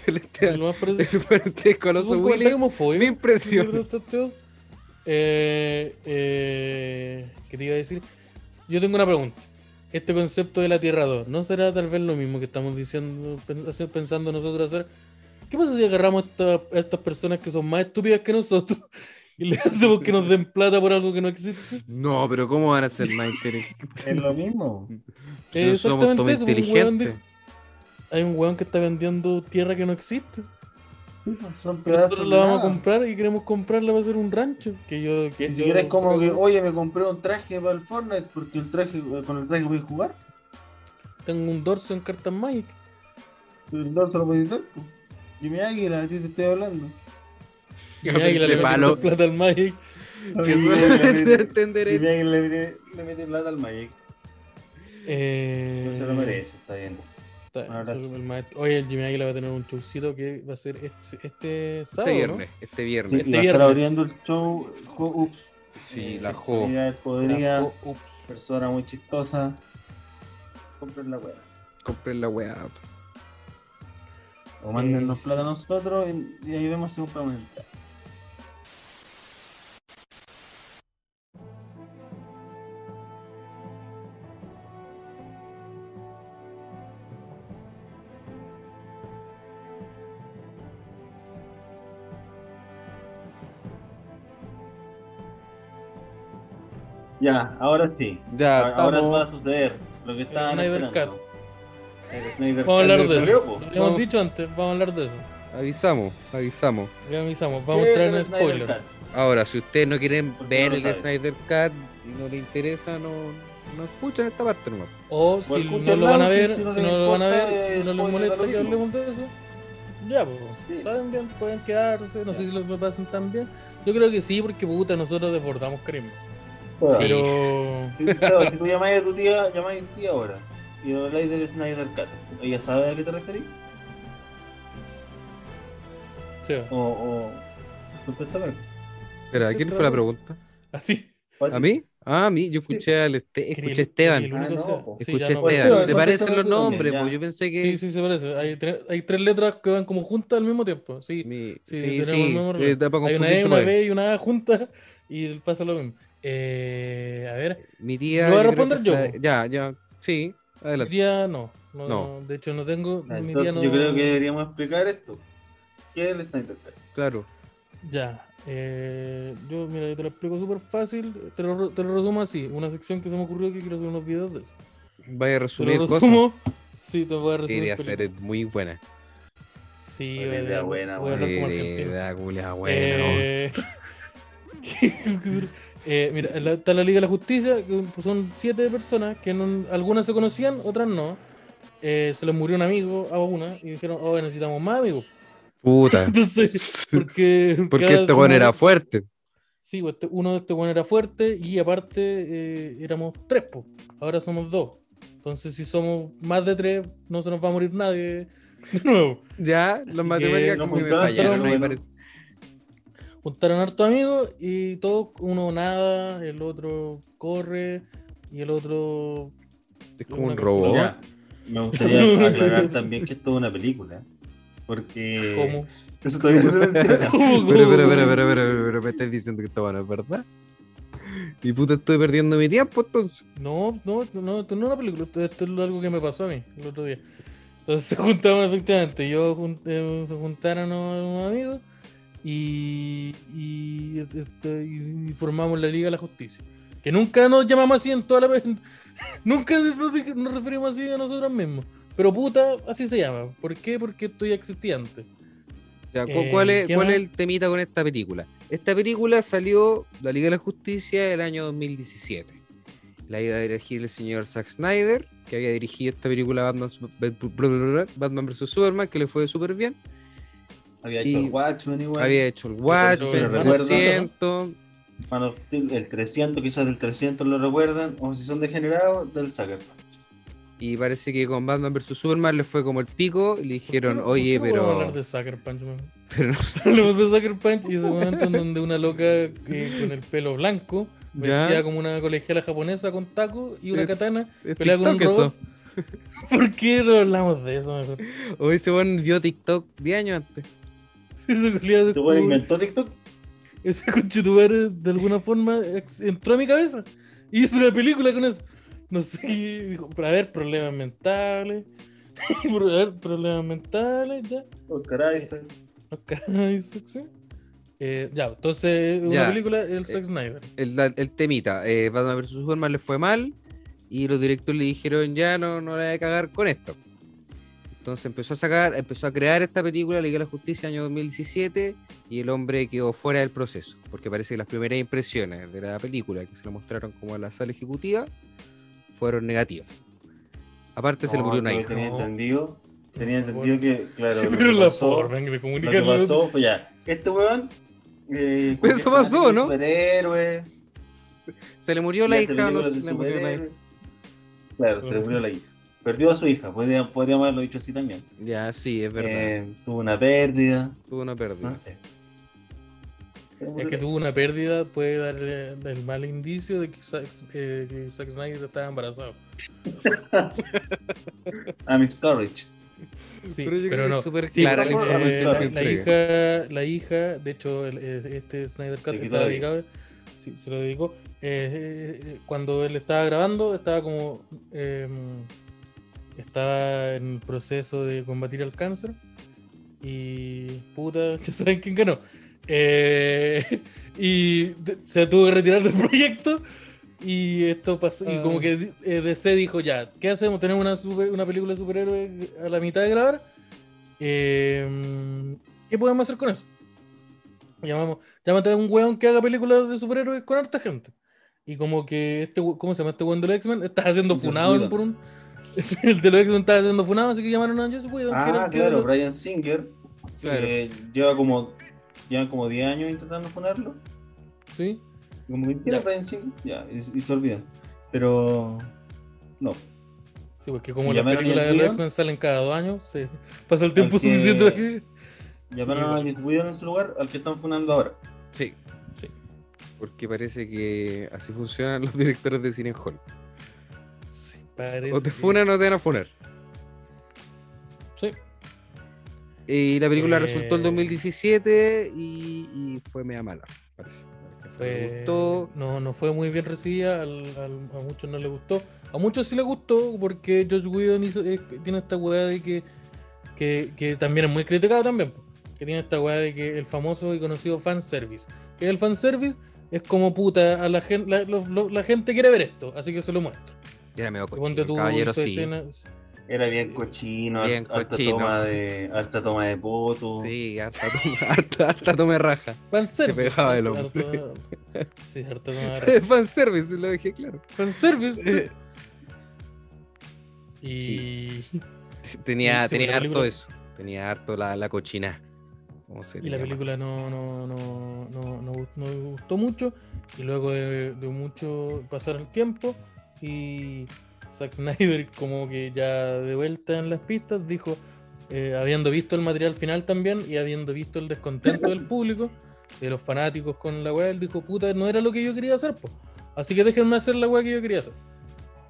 A: El Esteban,
B: Lo más parecido-
A: el parentesco al
B: Es
A: oso
B: un
A: Willy.
B: comentario homofóbico.
A: me impresiona.
B: Mierda, estos tíos. Eh, eh, ¿Qué te iba a decir? Yo tengo una pregunta. Este concepto de la Tierra 2, ¿no será tal vez lo mismo que estamos diciendo, pen- hacer- pensando nosotros hacer? ¿Qué pasa si agarramos esta- a estas personas que son más estúpidas que nosotros [laughs] y les hacemos que nos den plata por algo que no existe?
A: No, pero ¿cómo van a ser más
B: [laughs]
A: inteligentes?
C: Es lo mismo.
A: Si no somos
B: Eh, Exactamente
A: todos
B: eso, un weón
A: inteligentes.
B: Hay un weón que está vendiendo tierra que no existe.
C: Sí, pues, son pedazos.
B: Nosotros
C: de
B: la vamos a
C: nada.
B: comprar y queremos comprarla para hacer un rancho. Que yo, que
C: Ni
B: yo-
C: siquiera es como que, oye, me compré un traje para el Fortnite porque el traje, eh, con el traje voy a jugar.
B: Tengo un dorso en cartas Magic.
C: El dorso lo puedes dar. pues. Y mi águila, a ti te
B: [laughs]
C: estoy hablando.
A: Yo
B: Mi águila
A: pensé,
B: le metió
A: palo.
B: tanta plata al Magic.
A: Que
C: Y mi
A: solamente
B: [laughs]
C: águila
A: [laughs]
C: le-
A: entender este
C: y
A: eso.
C: mi águila le metí- le metí plata al Magic.
B: Eh,
C: No se lo merece, está bien.
B: está bien,
C: Ahora-
B: solo el maestro. Oye, el Jimmy Águila va a tener un showcito que va a ser este, este
A: Este
B: sábado. ¿no?
A: viernes, este
C: Sí,
A: viernes.
B: Este
C: va a estar
B: viernes.
C: abriendo el show. jo- Ups.
A: Sí,
C: Eh,
A: la
C: sí,
A: jo.
C: mira,
B: La
C: Podría,
B: jo- Ah, ups.
C: persona muy chistosa. Compren la wea.
A: Compré la weá.
C: O manden los
B: sí.
C: plata a nosotros y- y ahí vemos si compramos el traje. Ya, ahora sí.
A: Ya,
C: Ahora- Ahora
A: estamos-
C: va a suceder lo que estaban
B: Snyder
C: esperando. El Snyder
B: Vamos a
C: Cut
B: hablar de
C: salió,
B: eso.
C: po.
B: Lo
A: Vamos.
B: habíamos dicho antes, vamos a hablar de eso.
A: Avisamos, avisamos.
B: Ya avisamos, vamos a
C: ¿Qué
B: entrar
C: es
B: en
C: el Snyder
B: spoiler.
C: Cut?
A: Ahora, si ustedes no quieren
C: Porque
A: ver
C: no lo
A: el
C: saben.
A: Snyder Cut y no les interesa, no, no escuchan esta parte nomás.
B: O
C: O
B: si no
C: escuchan
B: lo van a
C: Lounge,
B: ver,
C: si
B: si
C: no
B: no
C: les
B: lo van a
C: importa,
B: ver, si
C: eh,
B: no les
C: spoiler, da
B: molesta
C: lo
B: que
C: mismo.
B: hablemos de eso, ya, pues,
C: Sí.
B: saben bien, pueden quedarse, no sé
C: Ya.
B: si los pasan tan bien. Yo creo que sí, porque puta, nosotros desbordamos cariño.
C: Bueno,
A: Sí.
B: Pero
C: Sí, claro, si tú llamáis a tu tía, llamáis a tu tía ahora. Y habláis del Snyder Cut. ¿Ella sabe a qué te referís?
B: sí,
C: O. o... Contéstame.
A: Pero, ¿a quién fue la pregunta?
B: así.
C: ¿Cuál-
A: ¿a mí? Ah, a mí, yo escuché al este, escuché a Esteban.
B: El único
C: Ah, no,
B: sea-
C: po.
B: sí,
A: Escuché a
B: ya no-
C: Esteban.
A: Esteban. Se
C: Esteban,
A: parecen
C: contéstame
A: los
C: tú también,
A: nombres,
C: ya.
A: pues yo pensé que.
B: Sí, sí, se parece. Hay tres, hay tres letras que van como juntas al mismo tiempo. Sí,
A: mi-
B: Sí,
A: sí,
B: tenemos el
A: sí,
B: mismo
A: eh,
B: problema.
A: da para
B: hay una E,
A: confundirse.
B: una
A: pues.
B: B y una A juntas [laughs] y pasa lo mismo. Eh, a ver,
A: Mi tía.
B: ¿Lo voy a
A: yo creo que
B: responder yo,
A: sabe-
B: po?
A: Ya, ya, sí,
B: mi
A: adelante.
B: día no.
A: No.
B: No, no, De hecho, no tengo.
C: Ya,
B: mi
C: Ah, entonces,
B: día no.
C: Yo creo que deberíamos explicar esto. ¿Qué es el Snyder Cut?
A: Claro.
B: Ya. eh, yo, mira, yo te lo explico súper fácil. Te lo, te lo resumo así. Una sección que se me ocurrió que quiero hacer unos videos de eso.
A: Vaya a
B: Te
A: resumir
B: lo
A: cosas.
B: resumo. Sí, te voy a resumir.
A: Debería
B: películas.
A: ser muy buena.
B: Sí,
C: Buena
B: voy a-
C: idea, buena,
B: voy a hablar como argentino.
A: Debería, culia, bueno.
B: Eh, [laughs] eh, mira, la- está la Liga de la Justicia, que pues, son siete personas que no- algunas se conocían, otras no. Eh, se les murió un amigo a una y dijeron, oh, necesitamos más amigos. [laughs]
A: Puta.
B: Entonces, porque,
A: Porque
B: cada
A: este
B: se
A: weón era
B: murió-
A: fuerte.
B: Sí, pues, este- uno de estos bueno era fuerte y aparte eh, éramos tres, po. ahora somos dos. Entonces, si somos más de tres, no se nos va a morir nadie de nuevo.
A: Ya, las
B: que
A: matemáticas
C: nos
A: como que me
C: juntaron,
A: fallaron, ahí
C: bueno.
A: parece.
B: juntaron harto amigos y todos, uno nada, el otro corre y el otro.
A: Es como un
B: Una
A: robot.
B: calculadora.
C: Ya,
B: [laughs]
C: me gustaría aclarar también que esto es una película. Porque.
B: ¿Cómo?
C: Eso
B: [laughs]
C: todavía no se menciona.
B: ¿Cómo?
A: Pero, pero,
B: [laughs] cómo?
A: pero, pero, pero, pero, me estás diciendo que esta bueno es verdad. Y puta, estoy perdiendo mi tiempo entonces.
B: No, no, no, esto no es una película, esto, esto es algo que me pasó a mí el otro día. Entonces [laughs] se juntaron efectivamente, yo jun- eh, se juntaron unos unos amigos y, y, este, y formamos la Liga de la Justicia. Que nunca nos llamamos así en toda la... pe- [laughs] nunca nos, dij- nos referimos así a nosotros mismos. Pero puta, así se llama. ¿Por qué? Porque esto ya existía antes.
A: Ya, cu-
B: Eh,
A: ¿Cuál, es,
B: ¿qué
A: cuál es
B: más?
A: el temita con esta película? Esta película salió, La Liga de la Justicia, el año 2017. La iba a dirigir el señor Zack Snyder, que había dirigido esta película Batman, Sup- Bat- bla, bla, bla, bla, Batman vs. Superman, que le fue súper bien.
C: Había hecho
A: Y-
C: el Watchmen igual.
A: Había hecho el
B: Pero
A: Watchmen, el
C: recuerda-
A: 300,
C: Man of Steel, el 300, quizás el 300 lo recuerdan. O si son degenerados, del Sucker.
A: y parece que con Batman vs. Superman le fue como el pico, y le
B: ¿Por qué no-
A: dijeron,
B: por qué
A: oye,
B: no podemos hablar
A: pero...
B: de Sucker Punch, man?
A: [laughs]
B: [laughs]
A: pero
B: Hablamos de Sucker Punch y ese momento en donde una loca eh, con el pelo blanco,
A: Ya.
B: vestida como una colegiala japonesa con taco y una
A: Eh,
B: katana,
A: es
B: pelea con un
A: TikTok eso.
B: robot. ¿Por qué no hablamos de eso mejor? [laughs]
A: O ese weón vio TikTok 10 años antes.
B: Si ese culiado
C: ¿Tú güey,
B: descubrió-
C: inventó TikTok?
B: ese conchetumare de alguna forma ex- entró a mi cabeza y hizo una película con eso. No sé, y dijo, para ver problemas mentales, [laughs] para ver problemas mentales, ya.
C: Oh, caray, esa-
B: Oscar Isaac, sí. Eh, ya, entonces, una
A: Ya.
B: película, el Zack Snyder.
A: El, la- el temita, eh, Batman vs. Superman le fue mal y los directores le dijeron ya no, no la voy a cagar con esto. Entonces empezó a sacar, empezó a crear esta película, Liga de la Justicia, año 2017, y el hombre quedó fuera del proceso, porque parece que las primeras impresiones de la película que se la mostraron como a la sala ejecutiva fueron negativas. Aparte Este se le murió una
C: yo
A: hija.
C: Tenía
B: No.
C: entendido, tenía
B: Por favor.
C: entendido que, claro,
B: Sí,
C: lo
B: pero
C: que
B: la
C: pasó-
B: forma en que le
C: Lo
B: comunican
C: que
B: la-
C: pasó fue ya. Este weón. eh, como
A: Eso
C: que es
A: pasó, ¿no?
C: Superhéroe.
A: Se le murió la
C: ya
A: hija, no
C: películas
A: se
C: de
A: le murió una hija.
C: superhéroes. Claro, se le murió la hija. Perdió a su hija, podría, podríamos haberlo dicho así también.
A: Ya, sí, es verdad.
C: Eh, tuvo una pérdida,
A: Tuvo una pérdida.
C: no sé.
B: Es que tuvo una pérdida, puede darle el mal indicio de que Zack, eh, que Zack Snyder estaba embarazado.
C: A miscarriage.
B: Sí,
A: Pero yo creo
B: pero,
A: que
B: no.
A: es súper
B: Sí,
A: clara
B: pero,
C: la
B: eh,
C: información
B: la-
C: que
B: la hija, la hija, de hecho, el- eh, este Snyder Cut
C: quitó
B: estaba
C: la vida.
B: dedicado, sí, se lo dedicó. eh, eh, eh, cuando él estaba grabando, estaba como. eh, estaba en proceso de combatir el cáncer. Y. puta, [laughs] ya saben quién ganó. Eh, [laughs] y de- se tuvo que retirar del [laughs] proyecto. Y esto pasó, y
C: Ah.
B: como que eh, DC dijo ya, ¿qué hacemos? ¿Tenemos una, super- una película de superhéroes a la mitad de grabar? Eh, ¿Qué podemos hacer con eso? Llamamos, llámate a un weón que haga películas de superhéroes con harta gente. Y como que este, we- ¿cómo se llama este weón de los X-Men? Estás haciendo
C: Joss
B: funado
C: Whedon.
B: por un... [laughs] El de los X-Men estaba haciendo funado, así que llamaron a Joss Whedon. que era
C: Ah,
B: el que de
C: claro,
B: los-
C: Brian Singer.
A: Claro.
C: que lleva como, llevan como 10 años intentando funarlo.
B: Sí,
C: Y Como que "Mira,
B: Ya.
C: Brian Singer, ya, y, y se olvidan. Pero. No.
B: sí, porque como
C: ¿Y
B: las
C: llamaron a
B: películas
C: Joss
B: de los
C: Whedon?
B: X-Men salen cada dos años, se [laughs] pasa el tiempo
C: Porque-
B: suficiente para que-
C: Llamaron a
B: Igual.
C: Joss Whedon en su lugar al que están funando ahora.
A: Sí.
B: Sí.
A: Porque parece que así funcionan los [laughs] directores de cine en Hollywood.
B: Sí, parece
A: O te
B: que-
A: funan o te van a funar.
B: Sí.
A: Y la película
B: Eh.
A: resultó en 2017 y, y fue media mala, parece.
B: Fue-
A: Me gustó.
B: no, no fue muy bien recibida, al- al- a muchos no les gustó. A muchos sí les gustó porque Josh Whedon hizo- eh, tiene esta weá de que, que, que también es muy criticado también. po, Que tiene esta weá de que el famoso y conocido fanservice. Que el fanservice es como puta, a la, gente la, los- los- la gente quiere ver esto, así que se lo muestro.
A: Era medio
B: Y
A: cochino,
B: ponte tú,
A: Pues caballero
B: hizo
A: sí.
B: escenas-
C: Era bien
B: Sí.
C: cochino,
A: Bien
C: alta,
A: cochino.
C: Toma de, alta toma de poto.
A: Sí, hasta tome, [laughs] hasta, hasta tome raja.
B: fanservice,
A: Se pegaba el [laughs]
B: harto-
A: hombre.
B: harto- sí, harto de
A: [laughs]
B: una-
A: Fanservice, lo dejé claro.
B: fanservice.
A: Eh,
B: sí. Y...
A: Tenía,
B: Sí,
A: tenía
B: la
A: harto
B: película-
A: eso. Tenía harto la, la cochina. ¿Cómo se
B: Y
A: le
B: la
A: llama?
B: película no, no, no, no, no, gust- no gustó mucho. Y luego de, de mucho pasar el tiempo, y Zack Snyder, [laughs] como que ya de vuelta en las pistas, dijo, eh, habiendo visto el material final también y habiendo visto el descontento
C: [laughs]
B: del público, de los fanáticos con la weá, él dijo, puta, no era lo que yo quería hacer, po. Así que déjenme hacer la weá que yo quería hacer.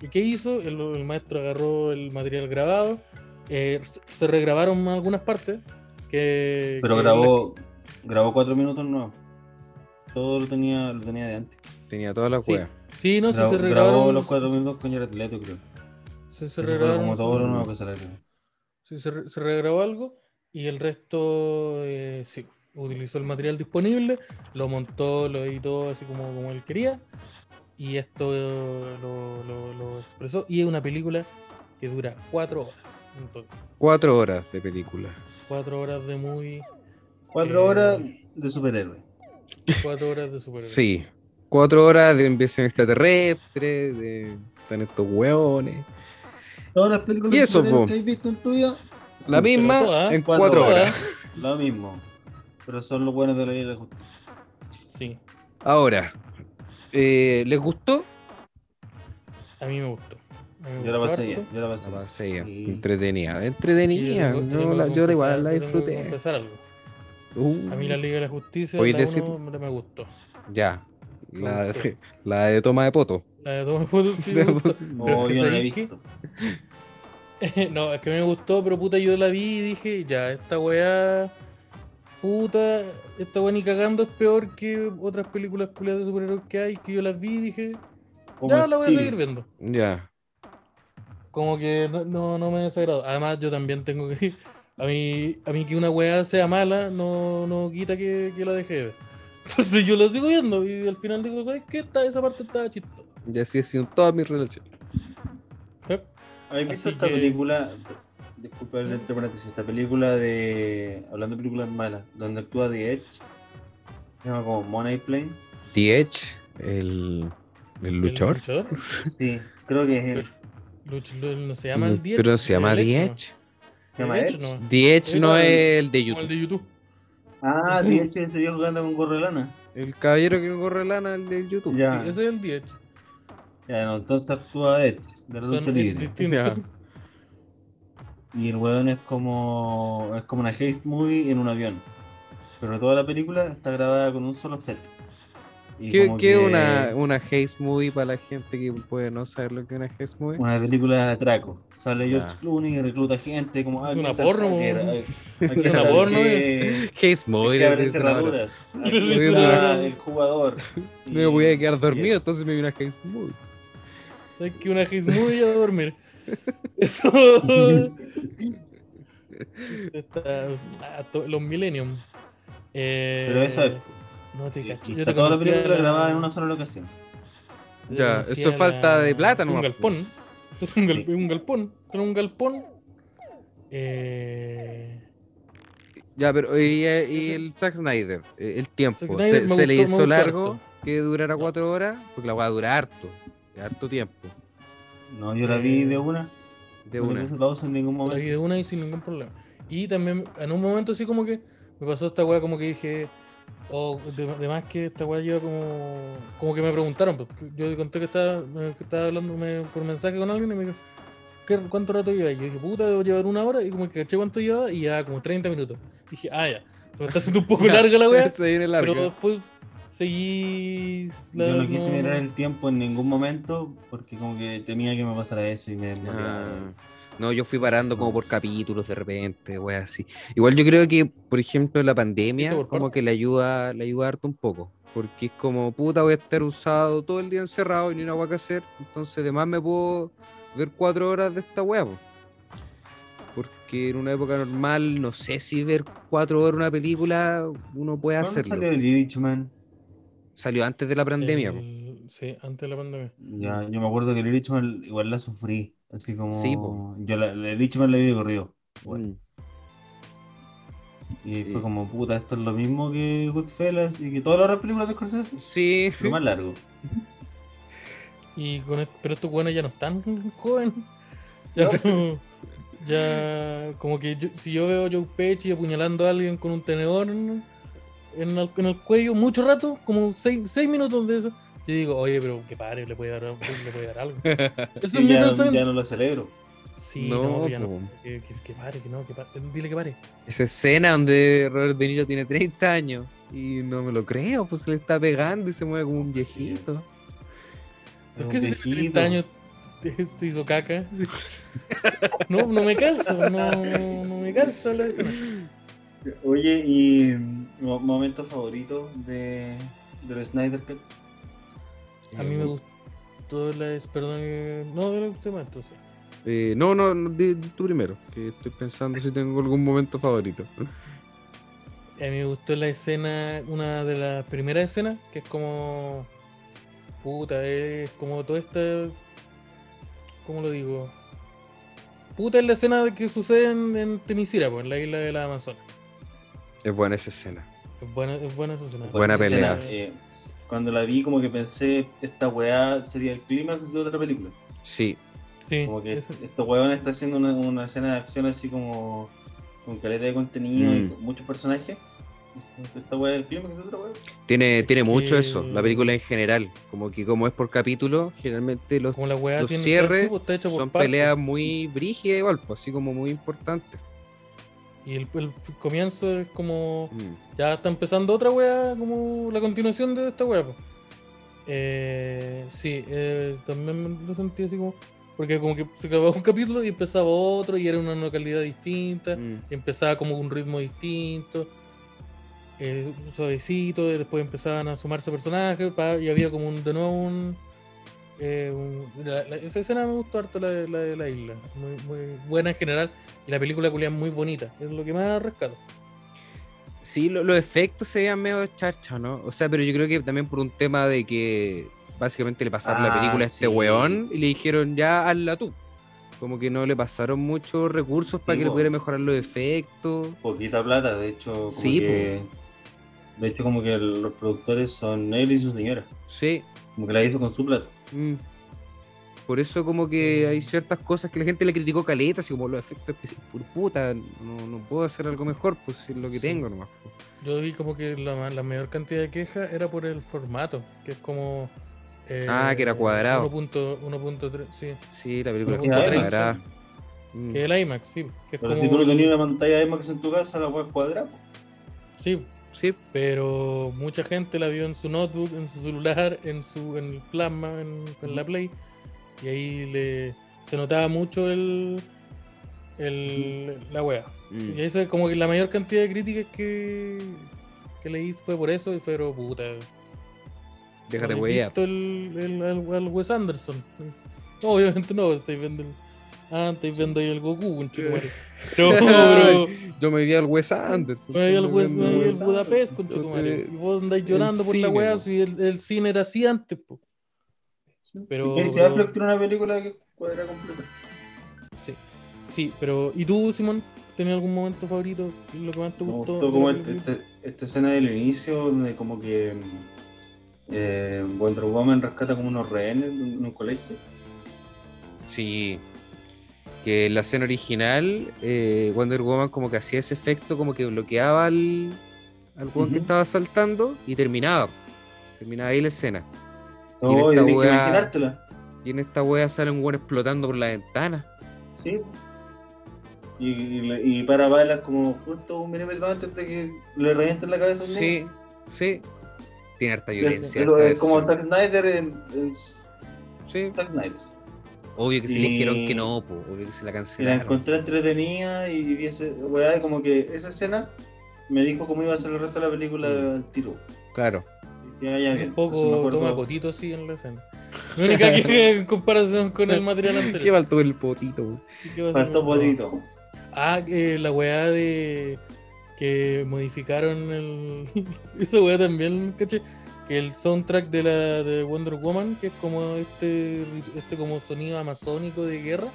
B: ¿Y qué hizo? El, el maestro agarró el material grabado, eh, se- se regrabaron algunas partes. Que,
C: Pero
B: que-
C: grabó, grabó cuatro minutos nuevos. Todo lo tenía, lo tenía de antes.
A: Tenía todas las
B: Sí.
A: weas.
B: Sí, no, sí se
C: Grabó- grabó
B: regrabaron.
C: los cuatro minutos con Jared Leto, creo.
B: sí, se
C: Eso fue
B: regrabaron.
C: Como todo lo nuevo que salió.
B: sí, se, re- se regrabó algo y el resto, eh, sí, utilizó el material disponible, lo montó, lo editó así como, como él quería y esto eh, lo, lo- lo expresó. Y es una película que dura cuatro horas. en total.
A: Cuatro horas de película.
B: cuatro horas de movie,
C: Cuatro
B: Eh,
C: horas de superhéroe.
B: cuatro horas de superhéroes.
A: Sí. Cuatro horas de inversión extraterrestre, de están estos hueones.
C: Todas las películas
A: y
C: de
A: eso,
C: superhéroes
A: po.
C: que has visto en tu vida,
A: La
C: Pero
A: misma
B: todas, ¿eh?
A: en
C: cuatro
A: cuatro
B: Todas,
A: horas.
C: lo mismo. Pero son los buenos de la ley de la justicia.
B: Sí,
A: Ahora, eh, ¿les gustó?
B: a mí me gustó. A mí me
C: Yo la
B: gustó
C: pasé bien,
B: harto.
C: yo la pasé
A: La
C: bien.
A: pasé bien,
C: Sí.
A: entretenida,
B: Y
A: entretenida.
B: tengo-
A: Yo,
B: tengo
A: la,
B: que
A: yo la
B: confesar-
A: igual la
B: yo tengo que
A: disfruté.
B: confesar algo.
A: Uh,
B: A mí la Liga de la Justicia
A: Oye,
B: la
A: decir-
B: uno me, me gustó.
A: ya,
B: Me
A: la
B: gustó.
A: de, la de toma de poto.
B: La de Tom Cruise
A: [laughs]
B: sí me gustó. Pero
C: No,
B: es que
C: Oh, yo no la he
B: ¿sabéis qué?
C: visto.
B: [laughs] No, es que a mí me gustó, pero puta, yo la vi y dije, ya, esta weá. Puta, esta weá ni cagando es peor que otras películas culiadas de superhéroes que hay, que yo las vi y dije,
C: Como
B: ya la voy a
C: Steve.
B: seguir viendo.
A: Ya,
B: Como que no, no, no me desagrado. Además, yo también tengo que. A mí, a mí que una weá sea mala no, no quita que, que la deje de ver. [laughs] Entonces yo la sigo viendo y al final digo, ¿sabes qué? Esta, esa parte estaba chistosa.
A: ya así ha sido en todas mis relaciones.
B: Yep.
C: ¿Habéis visto
B: Así
C: esta
B: que-
C: película? Disculpa el entre paréntesis, esta película de. Hablando de películas malas, donde actúa The Edge. Se llama como Money Plane.
A: The Edge, el, el luchador.
B: ¿El luchador?
C: Sí, creo que es él.
B: Luch- lu- no se llama el 10.
A: Pero se llama The Edge.
C: ¿Se llama Edge?
B: No,
A: The Edge
B: Es
A: no
B: el-
A: es el de
B: como el
A: YouTube.
B: de YouTube.
C: Ah, The Edge se vio jugando con gorro de lana.
A: El caballero que no corre lana, el de YouTube.
C: Ya,
B: Sí, ese es el 10.
C: ya no, entonces actúa Edge, de los
B: Son este- es
C: Libre.
B: distinto.
A: Ya.
C: Y el weón es como. Es como una haste movie en un avión. Pero toda la película está grabada con un solo set. Y
A: ¿Qué,
C: como
A: qué
C: que
A: una, una Haze Movie para la gente que puede no saber lo que es una Haze Movie?
C: Una película de atraco. Sale
A: Ya.
C: George Clooney, recluta gente, como. ah,
B: Es
C: hay
B: una
C: que
B: porno,
C: sacar-
B: weón. [laughs]
C: hay- hay que
B: Es una
C: sacar
B: porno, eh".
C: que-
A: Haze Movie.
C: que
A: le
C: abren
A: dicen ahora.
B: [laughs]
C: cerraduras. Aquí
B: Yo
A: creo
C: está
B: que-
C: el
B: [laughs]
C: jugador.
A: Me voy a quedar dormido,
C: dormido
A: entonces me vi una Haze Movie.
B: [laughs] Es que una es muy a
A: [laughs]
B: dormir. Eso.
C: [laughs]
B: [laughs] Está- ah, to- los Millennium. Eh,
C: Pero eso es.
B: No te cacho. Yo
C: Está
B: te
C: toda la
B: conocía
C: película
B: la-
C: grabada en una sola locación.
B: yo
A: Ya,
B: conocía
A: eso es falta de plata
B: Un
A: nomás,
B: galpón. [laughs] Es un, gal- un galpón. Era un galpón. Eh.
A: Ya, pero y, eh, y el Zack Snyder, eh, el tiempo,
B: Zack Snyder
A: se,
B: me
A: se le
B: gustó- me
A: hizo
B: gustó
A: largo
B: harto.
A: que durara cuatro horas, porque la va a durar harto, harto tiempo,
C: No, yo la vi
B: Eh,
C: de una.
A: de
C: no le
A: una.
C: puse pausa en ningún
B: La vi
C: momento.
B: de una y sin ningún problema. Y también en un momento así como que me pasó esta weá como que dije, oh, de, de más que esta weá lleva como, como que me preguntaron, pues, que yo le conté que estaba, me- que estaba hablando me- por mensaje con alguien y me dijo, "¿Qué- ¿cuánto rato lleva? Y yo dije, puta, debo llevar una hora y como que caché cuánto llevaba y ya como 30 minutos. dije, ah, ya, se me está haciendo un poco
A: [laughs] Ya,
B: larga la weá,
A: se viene larga.
B: pero después seguí... la-
C: Yo no quise
B: no-
C: mirar el tiempo en ningún momento porque como que temía que me pasara eso y me
A: Ah,
C: desmotivaba.
A: No, yo fui parando como por capítulos de repente, wey, así. Igual yo creo que, por ejemplo, la pandemia
B: por
A: como que
B: parte.
A: le ayuda, le ayuda harto un poco. Porque es como, puta, voy a estar usado todo el día encerrado y ni una hueá que hacer. Entonces, además me puedo ver cuatro horas de esta hueá, po. Porque en una época normal, no sé si ver cuatro horas una película uno puede
C: ¿Cuándo
A: hacerlo.
C: salió Eh,
A: Salió?
C: el Irishman?
A: antes de la pandemia, po.
B: el- Sí, antes de la pandemia.
C: Ya, yo me acuerdo que el Irishman igual la sufrí. Así como...
A: Sí, po.
C: Yo la, el Irishman la vi de corrido. Bueno.
A: Mm.
C: Y
A: Sí.
C: fue como, puta, esto es lo mismo que Goodfellas y que todas las otras películas de Scorsese.
A: Sí,
C: Lo más largo.
B: Y con est- pero estos buenos ya no están [laughs] jóvenes. Ya no- ya como que yo- si yo veo a Joe Pesci apuñalando a alguien con un tenedor en, en el, en el cuello mucho rato, como seis, seis minutos de eso, yo digo, oye, pero que pare, le puede dar, algo, le puede
C: [laughs]
B: dar algo. Eso es
C: Y
B: mi
C: ya, ya
B: pensamiento.
C: no lo celebro.
B: Sí,
A: No,
B: no, ya no.
A: po.
B: Que, que- que pare, que no, que pare. Dile que pare.
A: Esa escena donde Robert De Niro tiene 30 años y no me lo creo, pues se le está pegando y se mueve como un viejito.
B: ¿Por
C: un
B: qué si
C: viejito.
B: tiene 30 años [laughs] te, te hizo caca? [laughs] Sí. No, no me canso, no, no, no me canso la escena.
C: Oye, y mm, mo- momento favorito de del Snyder Cut.
B: A mí me gustó la es- perdón, eh, no de los temas entonces.
A: Eh, no, no, no, di- di tú primero, que estoy pensando si tengo algún momento favorito.
B: A mí me gustó la escena, una de las primeras escenas, que es como puta, es como todo este ¿cómo lo digo? Puta es la escena que sucede en, en Temisira, pues, en la isla de la Amazonas.
A: Es buena esa escena.
B: Es buena, es buena esa escena.
A: Buena
C: Esa
A: pelea.
C: escena, eh, cuando la vi, como que pensé, esta weá sería el clímax de otra película.
A: Sí,
B: Sí,
C: Como que
B: esa-
C: estos weones está haciendo una, una escena de acción así como con caleta de contenido y
A: Mm.
C: con muchos personajes. Esta weá es el clímax de otra weá.
A: tiene,
B: Es
A: tiene mucho
B: que-
A: eso, la película en general. Como que como es por capítulo, generalmente los
B: como la weá
A: los
B: tiene
A: cierres
B: sí, pues, está hecha por
A: son
B: partes.
A: peleas muy brígidas igual, pues, así como muy importantes.
B: Y el, el comienzo es como
A: Mm.
B: Ya está empezando otra wea, como la continuación de esta wea. po. Eh, sí, eh, también me lo sentí así como. Porque como que se acababa un capítulo y empezaba otro y era una localidad distinta.
A: Mm.
B: y empezaba como un ritmo distinto. eh, suavecito, y después empezaban a sumarse personajes pa, y había como un, de nuevo un, eh, un- la- la- esa escena me gustó harto la de la, de la isla, muy, muy buena en general y la película culia es muy bonita, es lo que más rescato.
A: Sí, lo- los efectos se veían medio charcha, ¿no? O sea, pero yo creo que también por un tema de que básicamente le pasaron la
C: Ah,
A: película a este
C: sí.
A: weón y le dijeron, ya hazla tú. Como que no le pasaron muchos recursos para
C: Sí,
A: que le
C: po.
A: pudiera mejorar los efectos.
C: Poquita plata, de hecho, como
A: Sí,
C: que. De hecho, como que el- los productores son él y su señora.
A: Sí.
C: Como que la hizo con su plata.
A: mm. Por eso como que hay ciertas cosas que la gente le criticó caleta, así como los efectos especiales. Por puta, no, no puedo hacer algo mejor, pues es lo que
B: Sí.
A: tengo nomás. pues. po.
B: Yo vi como que la, ma- la mayor cantidad de quejas era por el formato, que es como. eh,
A: Ah, que era cuadrado.
B: 1.3, sí.
A: Sí, la película
B: Pero
A: está
B: con
A: cuadrada. Mm.
B: Que es el IMAX, sí. Que es
C: Pero
B: como
C: si tú no
B: el-
C: tenías una pantalla IMAX en tu casa, la voy a cuadrar. po.
B: Sí,
A: Sí,
B: pero mucha gente la vio en su notebook, en su celular, en su en el plasma, en, en la Play. Y ahí le, se notaba mucho el, el la wea.
A: mm.
B: Y eso es como que la mayor cantidad de críticas que, que leí fue por eso, y pero puta.
A: déjate
B: ¿no habéis
A: huear.
B: visto el, el, al- al Wes Anderson. No, obviamente no, estáis viendo el. Ah, estáis viendo ahí el Goku, un chico
A: [laughs]
B: Pero, pero-
A: Yo me vi al Wes Anderson.
B: no hay el,
A: estoy
B: West-
A: viendo
B: no hay el
A: Wes
B: Budapest,
A: Anderson,
B: con
A: yo te-
B: Y vos andáis
A: el
B: llorando por
A: cine,
B: la weá,
A: po.
B: si el, el cine era así antes, po. Pero-
C: Y se
B: pero-
C: Affleck tiene una película que cuadra completa.
B: Sí. Sí, pero. ¿Y tú, Simón? ¿Tenías algún momento favorito? ¿Qué es Lo que más te
C: Me
B: gustó.
C: gustó como
B: de la
C: este-
B: película?
C: este- esta escena del inicio donde como que eh, Wonder Woman rescata como unos rehenes en un colegio.
A: Sí. Que en la escena original, eh, Wonder Woman como que hacía ese efecto, como que bloqueaba al, al weón que
C: Ujú.
A: estaba saltando y terminaba. Terminaba ahí la escena. Y en
C: No, Oh, y
A: esta
C: tenés que
A: weá-
C: imaginártela.
A: Y en esta wea sale un weón explotando por la ventana.
C: Sí. Y, y le- y para balas como justo un milímetro antes de que le revienten la cabeza. a un
A: Sí, sí. Tiene harta
C: negro. Es,
A: violencia.
C: pero
A: harta
C: es como
A: acción.
C: Zack Snyder en, en
A: Sí.
C: Zack Snyder.
A: Obvio que se le dijeron que
C: Y-
A: no, po, obvio que se la
C: Y la
A: cancelaron.
C: encontré entretenida y vi ese, weá, y como que esa escena me dijo cómo iba a ser el resto de la película
A: Mm.
C: al tiro.
A: Claro.
C: Y ya, ya, bien.
B: Un poco
C: Entonces me acuerdo-
B: toma potito así en la escena. [laughs] La única que en comparación
A: [laughs]
B: con el material anterior.
A: ¿Qué faltó el potito? weón?
B: Sí que va a ser
C: Faltó
B: un-
C: potito.
B: Ah, eh, la weá de. que modificaron el. [laughs] Esa weá también, caché. Que el soundtrack de la de Wonder Woman, que es como este, este como sonido amazónico de guerra,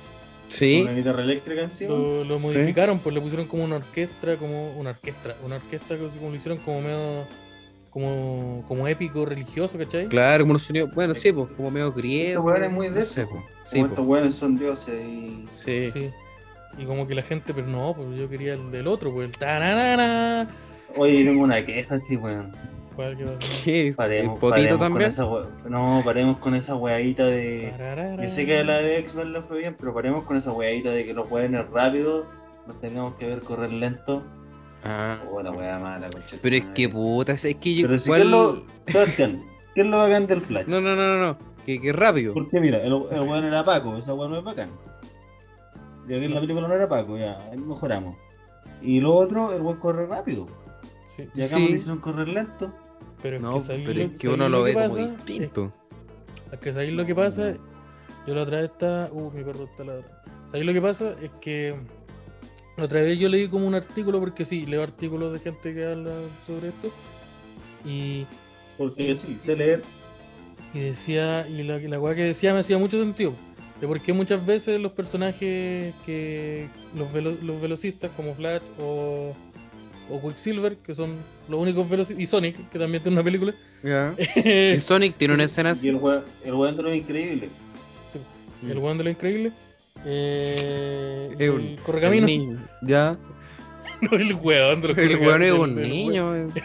A: Sí.
C: Una guitarra eléctrica encima.
B: lo, lo
A: Sí.
B: modificaron, pues le pusieron como una orquesta, como una orquesta, una orquesta que como lo hicieron como medio como, como épico religioso, ¿cachai?
A: Claro, como un sonido. Bueno, sí, pues, como medio griego.
C: Este weón es muy de
A: no sé,
C: eso, pues,
A: po. Sí,
C: como
A: po.
C: estos weones son dioses y.
A: Sí. [laughs]
B: Sí. Y como que la gente, pero no, pues yo quería el del otro, pues el tararara.
C: Oye, tengo una queja así, weón.
B: ¿Cuál que va a ser?
A: ¿Qué?
C: Paremos,
A: ¿El potito
C: paremos
A: también?
C: con esa we- No, paremos con esa weadita de.
B: Tararara.
C: Yo sé que la de X-Men la fue bien, pero paremos con esa weadita de que los weones rápidos nos tengamos que ver correr lento.
A: Ah.
C: Oh, la wea mala, concha.
A: Pero es que puta, es que yo
C: Pero si
A: igual-
C: ¿qué es lo. Sebastián, ¿qué es lo bacán del Flash?
A: No, no, no, no, no. Que, que rápido.
C: Porque mira, el, el weón era Paco, esa weón no es bacán. Y aquí en la película no era Paco, ya, ahí mejoramos. Y lo otro, el weón corre rápido.
B: Sí,
C: Y acá
A: Sí.
C: me lo hicieron correr lento.
B: pero es
A: No,
B: que sabéis
A: pero
B: lo-
A: es que
B: sabéis
A: uno lo ve
B: que
A: como
B: pasa,
C: [laughs]
A: distinto.
B: Es, es que sabéis lo que pasa. Yo la otra vez estaba. Uh, mi perro está ladrando. Sabéis lo que pasa es que. La otra vez yo leí como un artículo, porque sí, leo artículos de gente que habla sobre esto. Y
C: Porque sí, sé leer.
B: Y decía, y la, la weá que decía me hacía mucho sentido. De por qué muchas veces los personajes que. los, velo- los velocistas como Flash o, o Quicksilver, que son los únicos velocistas, y Sonic, que también tiene una película. [laughs]
A: [laughs] Ya. Y
B: el
A: Sonic tiene una escena
C: Y
A: así.
C: el weón el weón de lo increíble.
B: weón de lo increíble. Eh,
A: Es un-
B: el correcamino.
A: El niño. Ya.
B: [laughs] no, el weón de los
A: El
B: correcaminos,
A: weón es
B: el-
A: un
B: el
A: niño. eh.
B: weón-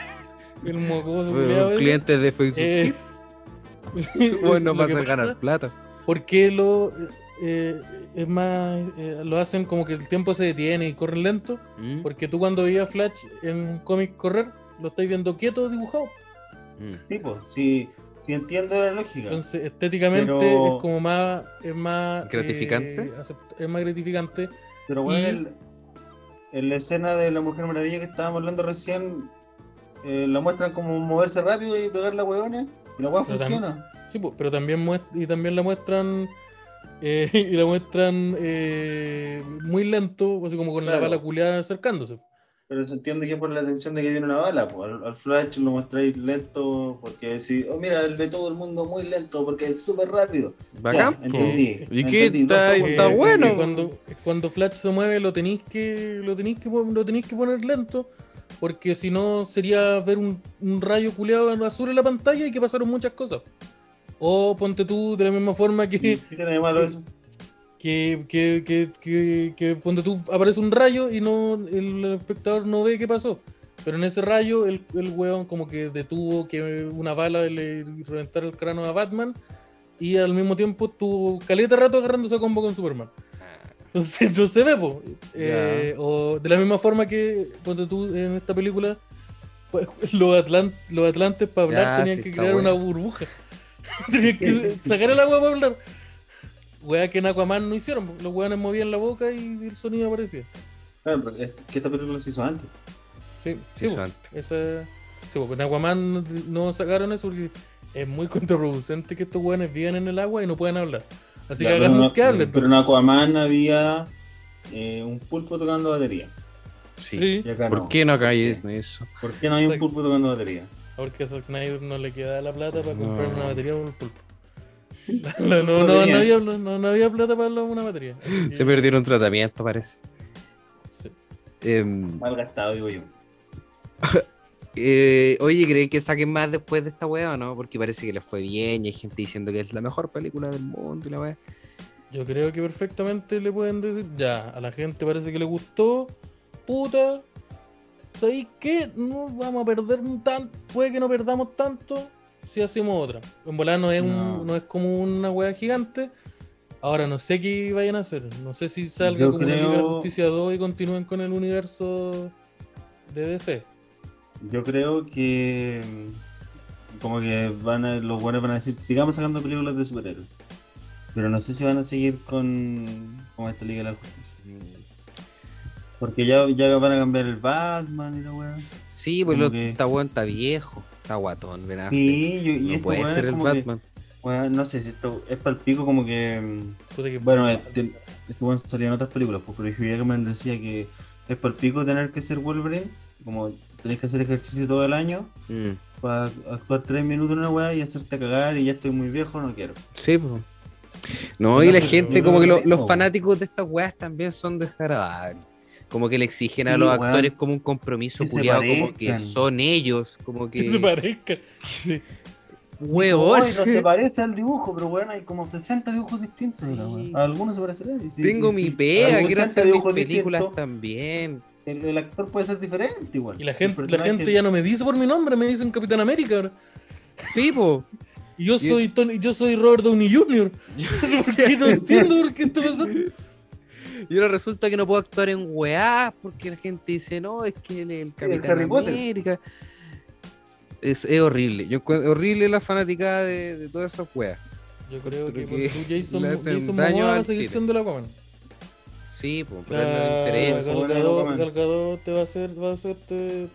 B: El mocoso. culiao
A: Los
B: ese.
A: clientes de Facebook
B: Eh,
A: [laughs] Kids. [laughs] Bueno,
B: [laughs] lo
A: vas
B: que
A: a
B: pasa-
A: ganar plata.
B: ¿Por qué lo eh, es más eh, lo hacen como que el tiempo se detiene y corren lento?
A: Mm,
B: Porque tú cuando veías Flash en un cómic correr, lo estáis viendo quieto dibujado.
A: mm.
C: Sí, pues, sí, sí entiendo la lógica.
B: Entonces, estéticamente
C: Pero-
B: es como más es más eh,
A: ¿Gratificante?
B: acept- es más gratificante.
C: Pero
B: y-
C: bueno, el- en la escena de la Mujer Maravilla que estábamos hablando recién, eh, la muestran como moverse rápido y pegar la weona. Y la weá
B: Pero también-
C: funciona.
B: Sí, po, pero también muest- y también la muestran eh, [laughs] y la muestran eh, muy lento, así como con la
C: Claro.
B: bala culeada acercándose.
C: Pero se entiende que es por la atención de que viene una bala. Pues. Al, al Flash lo mostráis lento porque decís, oh mira, él ve todo el mundo muy lento porque es súper rápido.
A: Bacán,
C: Ya,
A: po.
C: entendí.
A: ¿Y qué
C: entendí, dos
A: está-
C: segundos.
A: está
B: Eh,
A: bueno?
B: y Cuando, cuando Flash se mueve lo tenéis que lo tenéis que pon- lo tenéis que poner lento porque si no sería ver un, un rayo culeado azul en la pantalla y que pasaron muchas cosas. O ponte tú de la misma forma
C: ¿Qué
B: que
C: tiene de malo eso?
B: que, que, que, que- que ponte tú aparece un rayo y no el espectador no ve qué pasó. Pero en ese rayo el, el weón como que detuvo que una bala le reventara el cráneo a Batman y al mismo tiempo estuvo caleta rato agarrándose a combo con Superman. Entonces no se ve, po. Eh, o de la misma forma que ponte tú en esta película, pues, los, Atlan- los Atlantes para hablar
A: Ya,
B: tenían
A: sí,
B: que
A: está
B: crear
A: bueno.
B: una burbuja. tenían que sacar el agua para hablar. Wea que en Aquaman no hicieron, po. los weones movían la boca y el sonido aparecía.
C: Claro, pero es que esta película se hizo antes.
B: Sí,
A: Sí,
B: sí, po.
A: eso antes.
B: Esa- sí, po. en Aquaman no- no sacaron eso porque es muy contraproducente que estos weones vivan en el agua y no puedan hablar. Así
C: Ya,
B: que
C: pero
B: hagan
C: no-
B: que
A: pues.
B: hablen.
C: eh, Pero
B: po.
C: en Aquaman había eh, un pulpo tocando batería.
A: Sí.
B: Sí.
C: Y acá
A: ¿Por
C: no.
A: qué no caí en eso?
C: ¿Por qué no hay un
B: Exacto.
C: pulpo tocando batería?
B: Porque a Zack Snyder no le queda la plata para
A: No.
B: comprar una batería por el
C: [laughs]
B: pulpo. [laughs] No, no, no, no había, no, no había plata para la- una batería. Así que-
A: Se perdieron tratamiento, parece.
B: Sí.
A: Em,
C: Mal gastado, digo yo.
A: eh, oye, ¿creen que saquen más después de esta wea o no? Porque parece que les fue bien y hay gente diciendo que es la mejor película del mundo y la wea.
B: Yo creo que perfectamente le pueden decir, ya, a la gente parece que le gustó, puta. ¿Sabéis qué? No vamos a perder un tan, puede que no perdamos tanto si hacemos otra. En volar no es, un-
C: No.
B: no es como una wea gigante. Ahora no sé qué vayan a hacer. No sé si salga
C: Yo
B: como una Liga de la
C: creo-
B: Justicia 2 y continúen con el universo de DC.
C: Yo creo que. mm, Como que van a, los buenos van a decir, sigamos sacando películas de superhéroes. Pero no sé si van a seguir con, con esta Liga de la Justicia. Porque ya, ya van a cambiar el Batman y la weá.
A: Sí, pues
C: Como
A: lo-
C: que-
A: está weón, está viejo, está guatón, Ben Affleck.
C: Sí, yo, y
A: Ah, No
C: esta
A: puede
C: weá es
A: ser el
C: como que-
A: Batman.
C: weá, no sé si esto es palpico como que. mm,
B: Puta que-
C: Bueno, este, este weón salió en otras películas, pues, pero Hugh me decía que es por pico tener que ser Wolverine, como tenés que hacer ejercicio todo el año,
A: Mm.
C: para actuar tres minutos en una weá y hacerte cagar y ya estoy muy viejo, no quiero.
A: Sí, po. No, y la
B: No,
A: gente,
B: no,
A: como que lo-
C: no,
A: los
C: no.
A: fanáticos de estas weas también son desagradables. Como que le exigen a
C: Sí,
A: los
C: weón.
A: actores como un compromiso
C: Que se
A: culiado, como que
C: parezcan.
A: son ellos, como
B: [laughs] que se
A: que
B: parezca. Sí.
A: huevón.
C: Ay, no
A: [laughs]
C: te parece al dibujo, pero weón, hay como 60 dibujos distintos.
A: Sí.
C: la weá. A algunos se parecerán. y sí,
A: Tengo
C: y
A: mi
C: sí.
A: pega,
C: Algún
A: quiero
C: 60
A: hacer mis
C: dibujos
A: películas
C: distintos,
A: también.
C: El, el actor puede ser diferente igual.
B: Y la
C: El
B: gente, la
C: personaje-
B: gente ya no me dice por mi nombre, me dicen Capitán América ahora.
A: Sí, po. [laughs]
B: Y Yo
A: Y-
B: soy Tony, yo soy Robert Downey Jr. ¿Por qué no entiendo por qué esto pasa?
A: Y ahora resulta que no puedo actuar en weá porque la gente dice, no, es que él es el Capitán
C: Harry Potter.
A: América. Es, es horrible. Yo encuentro horrible la fanática de, de todas esas weas.
B: Yo creo que,
A: Creo
B: ponte
A: que
B: tú, Jason,
A: le hacen
B: Jason
A: daño
B: Momoa va
A: al
B: a seguir
A: cine.
B: siendo la Aquaman.
A: Sí, po, pero a él no le
B: La
A: interesa.
B: Gal
C: Bueno,
B: Gadot-
C: Aquaman.
B: Gal Gadot te va a hacer, va a hacer te,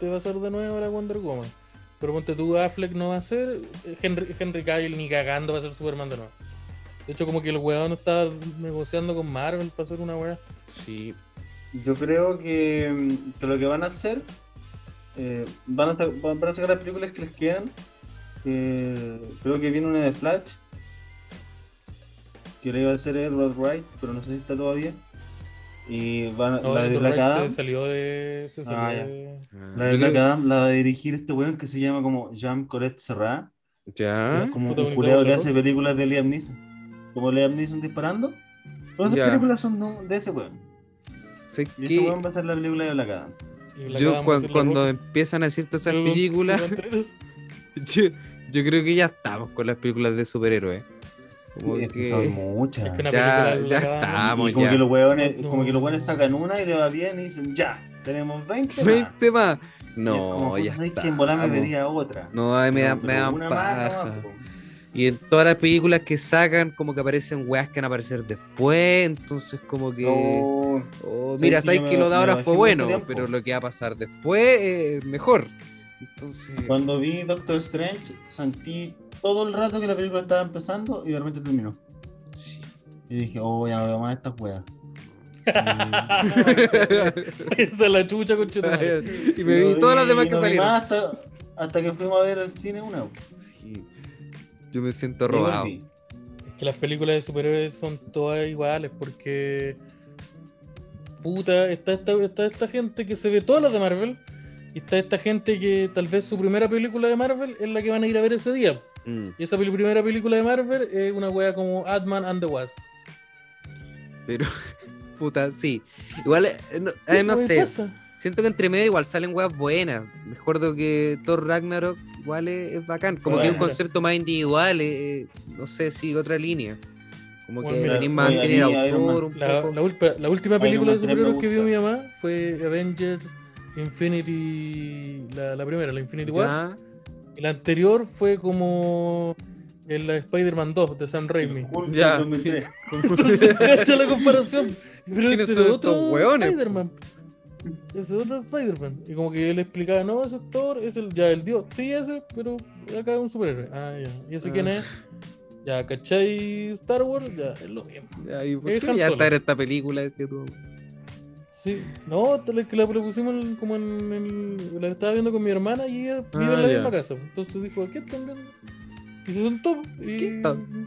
B: te va a hacer de nuevo la Wonder Woman. Pero ponte tú, Affleck no va a ser, Henry, Henry Cavill ni cagando va a ser Superman de nuevo. De hecho, como que el weón está negociando con Marvel para hacer una weá.
A: Sí.
C: Yo creo que, mm, que lo que van a hacer, eh, van, a sa- van van a sacar las películas que les quedan. eh, creo que viene una de Flash, que la iba a hacer Edward Wright, pero no sé si está todavía. Y van,
B: No,
C: la de
B: Edward
C: Black
B: Wright
C: Adam,
B: se salió de. Se salió
C: Ah, ya.
B: de-
C: la de
A: Yo
C: Black
A: creo-
C: Adam la va a dirigir este weón que se llama como Jean Colette Serra,
A: Ya.
B: Yes.
C: como un
B: Ah, Protagonizado
C: culeado
B: por
C: que
B: la
C: hace películas de Liam Neeson. Como Liam Neeson disparando. Todas las
A: Ya.
C: películas son de, de ese weón.
A: Sé
C: Y
A: que
C: este weón va a ser la película de Black Adam.
B: y Black
A: yo
B: Adam va a
A: cuan-
B: ser la
A: cuando
B: Roca.
A: empiezan a decir todas esas
B: Pero-
A: [laughs]
B: [laughs]
A: películas,
B: pero-
A: yo, [laughs] yo creo que ya estamos con las películas de superhéroes. Como
C: Es que son
A: que
C: muchas.
B: Es que una
A: ya,
B: película de
A: ya
B: Black Adam,
A: estamos,
C: Y como
A: ya.
C: que los huevones,
B: No.
C: como que los hueones sacan una y le va bien y dicen, ya, tenemos 20 más".
A: 20 más.
C: Y es como,
A: No,
C: "Puta,
A: ya
C: ¿sabes qué? En volar me
A: estamos.
C: pedía otra.
A: No, ay, me,
C: Pero-
A: da, me
C: pero
A: dan
C: una más
A: paja.
C: nomás, po.
A: Y en todas las películas que sacan, como que aparecen weas que van a aparecer después. Entonces, como que.
C: No,
A: oh,
C: ¿sabes
A: mira,
C: que
A: sabes
C: yo
A: que,
C: me-
A: lo de
C: me
A: ahora
C: bajé
A: fue
C: mucho
A: bueno,
C: tiempo?
A: pero lo que va a pasar después es mejor. Entonces. [laughs]
C: Cuando vi Doctor Strange, sentí todo el rato que la película estaba empezando y de repente terminó.
A: sí. [laughs]
C: Y dije, oh, ya no veo más estas weas.
B: [laughs] Esa es la chucha, conchetumare.
A: y me vi todas las demás que
C: no vi
A: salieron.
C: más Hasta, hasta que fuimos a ver al cine una. weón.
A: Sí. Yo me siento
C: Y
A: robado.
C: volví.
B: que las películas de superhéroes son todas iguales porque puta, está esta, está esta gente que se ve todas las de Marvel y está esta gente que tal vez su primera película de Marvel es la que van a ir a ver ese día.
A: Mm.
B: Y esa peli- primera película de Marvel es una wea como Ant-Man and the Wasp.
A: Pero, puta, sí. Igual, eh, no, eh, no
C: pues,
B: ¿Qué
A: sé.
B: pasa?
A: Siento que entre medio igual salen weas buenas. Me acuerdo que Thor Ragnarok igual es, es bacán. Como que es un
B: Bueno.
A: concepto más individual. eh, eh, no sé si otra línea. Como
B: Bueno,
A: que
B: mira,
A: tenéis más
B: oye, a
A: cine de
C: mí Iron Man-
A: autor. Un
B: La,
A: poco.
B: la ulpa- la última
C: Iron
B: película de
C: Man tres me
B: superhéroes que vio mi
C: gusta.
B: mamá fue Avengers Infinity, la, la primera, la Infinity
A: [laughs]
B: War.
A: Ya.
B: Y la anterior fue como el Spider-Man 2 de Sam Raimi. [laughs]
C: Hulk
A: Ya.
C: del 2003.
B: Entonces, cacha la comparación. Pero
A: ¿Quiénes
B: ese es
A: son estos
B: otro
A: hueones,
B: Spider-Man. Ese es otro Spider-Man. Y como que él explicaba, no, ese actor es el, ya el dios. Sí, ese, pero acá es un superhéroe. Ah, ya. ¿Y ese
A: Ah.
B: quién es? Ya, ¿cachai Star Wars? Ya, es lo mismo.
A: Ya, ¿y por
B: Es
A: qué
B: Han
A: ya
B: Solo.
A: está en esta película? Decía tú.
B: Sí, no, tal vez que la propusimos en- como en, en- La estaba viendo con mi hermana y ella vive
A: Ah,
B: en la
A: ya.
B: misma casa. Entonces dijo, ¿qué están viendo? Y se sentó. Y,
A: ¿Qué están?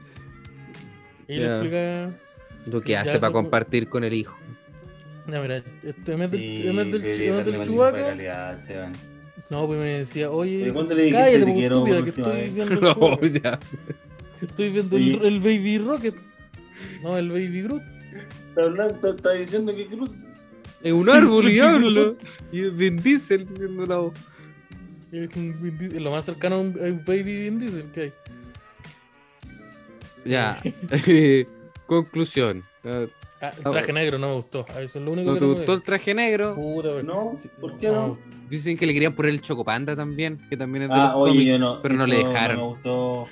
B: y
A: Ya.
B: le explicaba.
A: Lo que
B: Ya,
A: hace
B: eso
A: para
B: fue-
A: compartir con el hijo.
B: No, mira, este mes del,
C: Sí,
B: en vez del,
C: debería
B: en vez
C: darle
B: del
C: más tiempo de
B: Chubaca.
C: calidad, Esteban.
B: No, pues me decía, oye,
C: ¿Pero cuándo le dijiste
B: cállate,
C: te
B: porque
C: quiero
B: estúpida,
C: por
B: que
C: última
B: estoy
C: vez?
A: [laughs] No,
B: viendo, el Chewbacca,
A: ya.
B: que estoy viendo el,
C: Oye.
B: el Baby Rocket. No, el Baby Groot.
C: Está hablando, está diciendo que Groot.
A: Es un árbol y
B: [laughs] Sí,
A: habla. Y es Vin Diesel diciendo la voz.
B: Es un Vin Diesel, lo más cercano a un, a un Baby Vin Diesel que hay. [laughs]
A: Ya. Eh, Conclusión. Ah,
B: Ah, el traje negro no me gustó. Ah, Eso es lo único
A: No
B: que
A: te
B: no me
A: gustó el traje negro.
B: Puta, pero-
C: No,
B: sí,
C: ¿por qué
B: me
C: no?
B: gustó.
A: Dicen que le querían poner el Chocopanda también, que también es de
C: Ah,
A: los
C: oye,
A: cómics,
C: yo no.
A: pero no le
C: eso
A: dejaron.
C: No me gustó.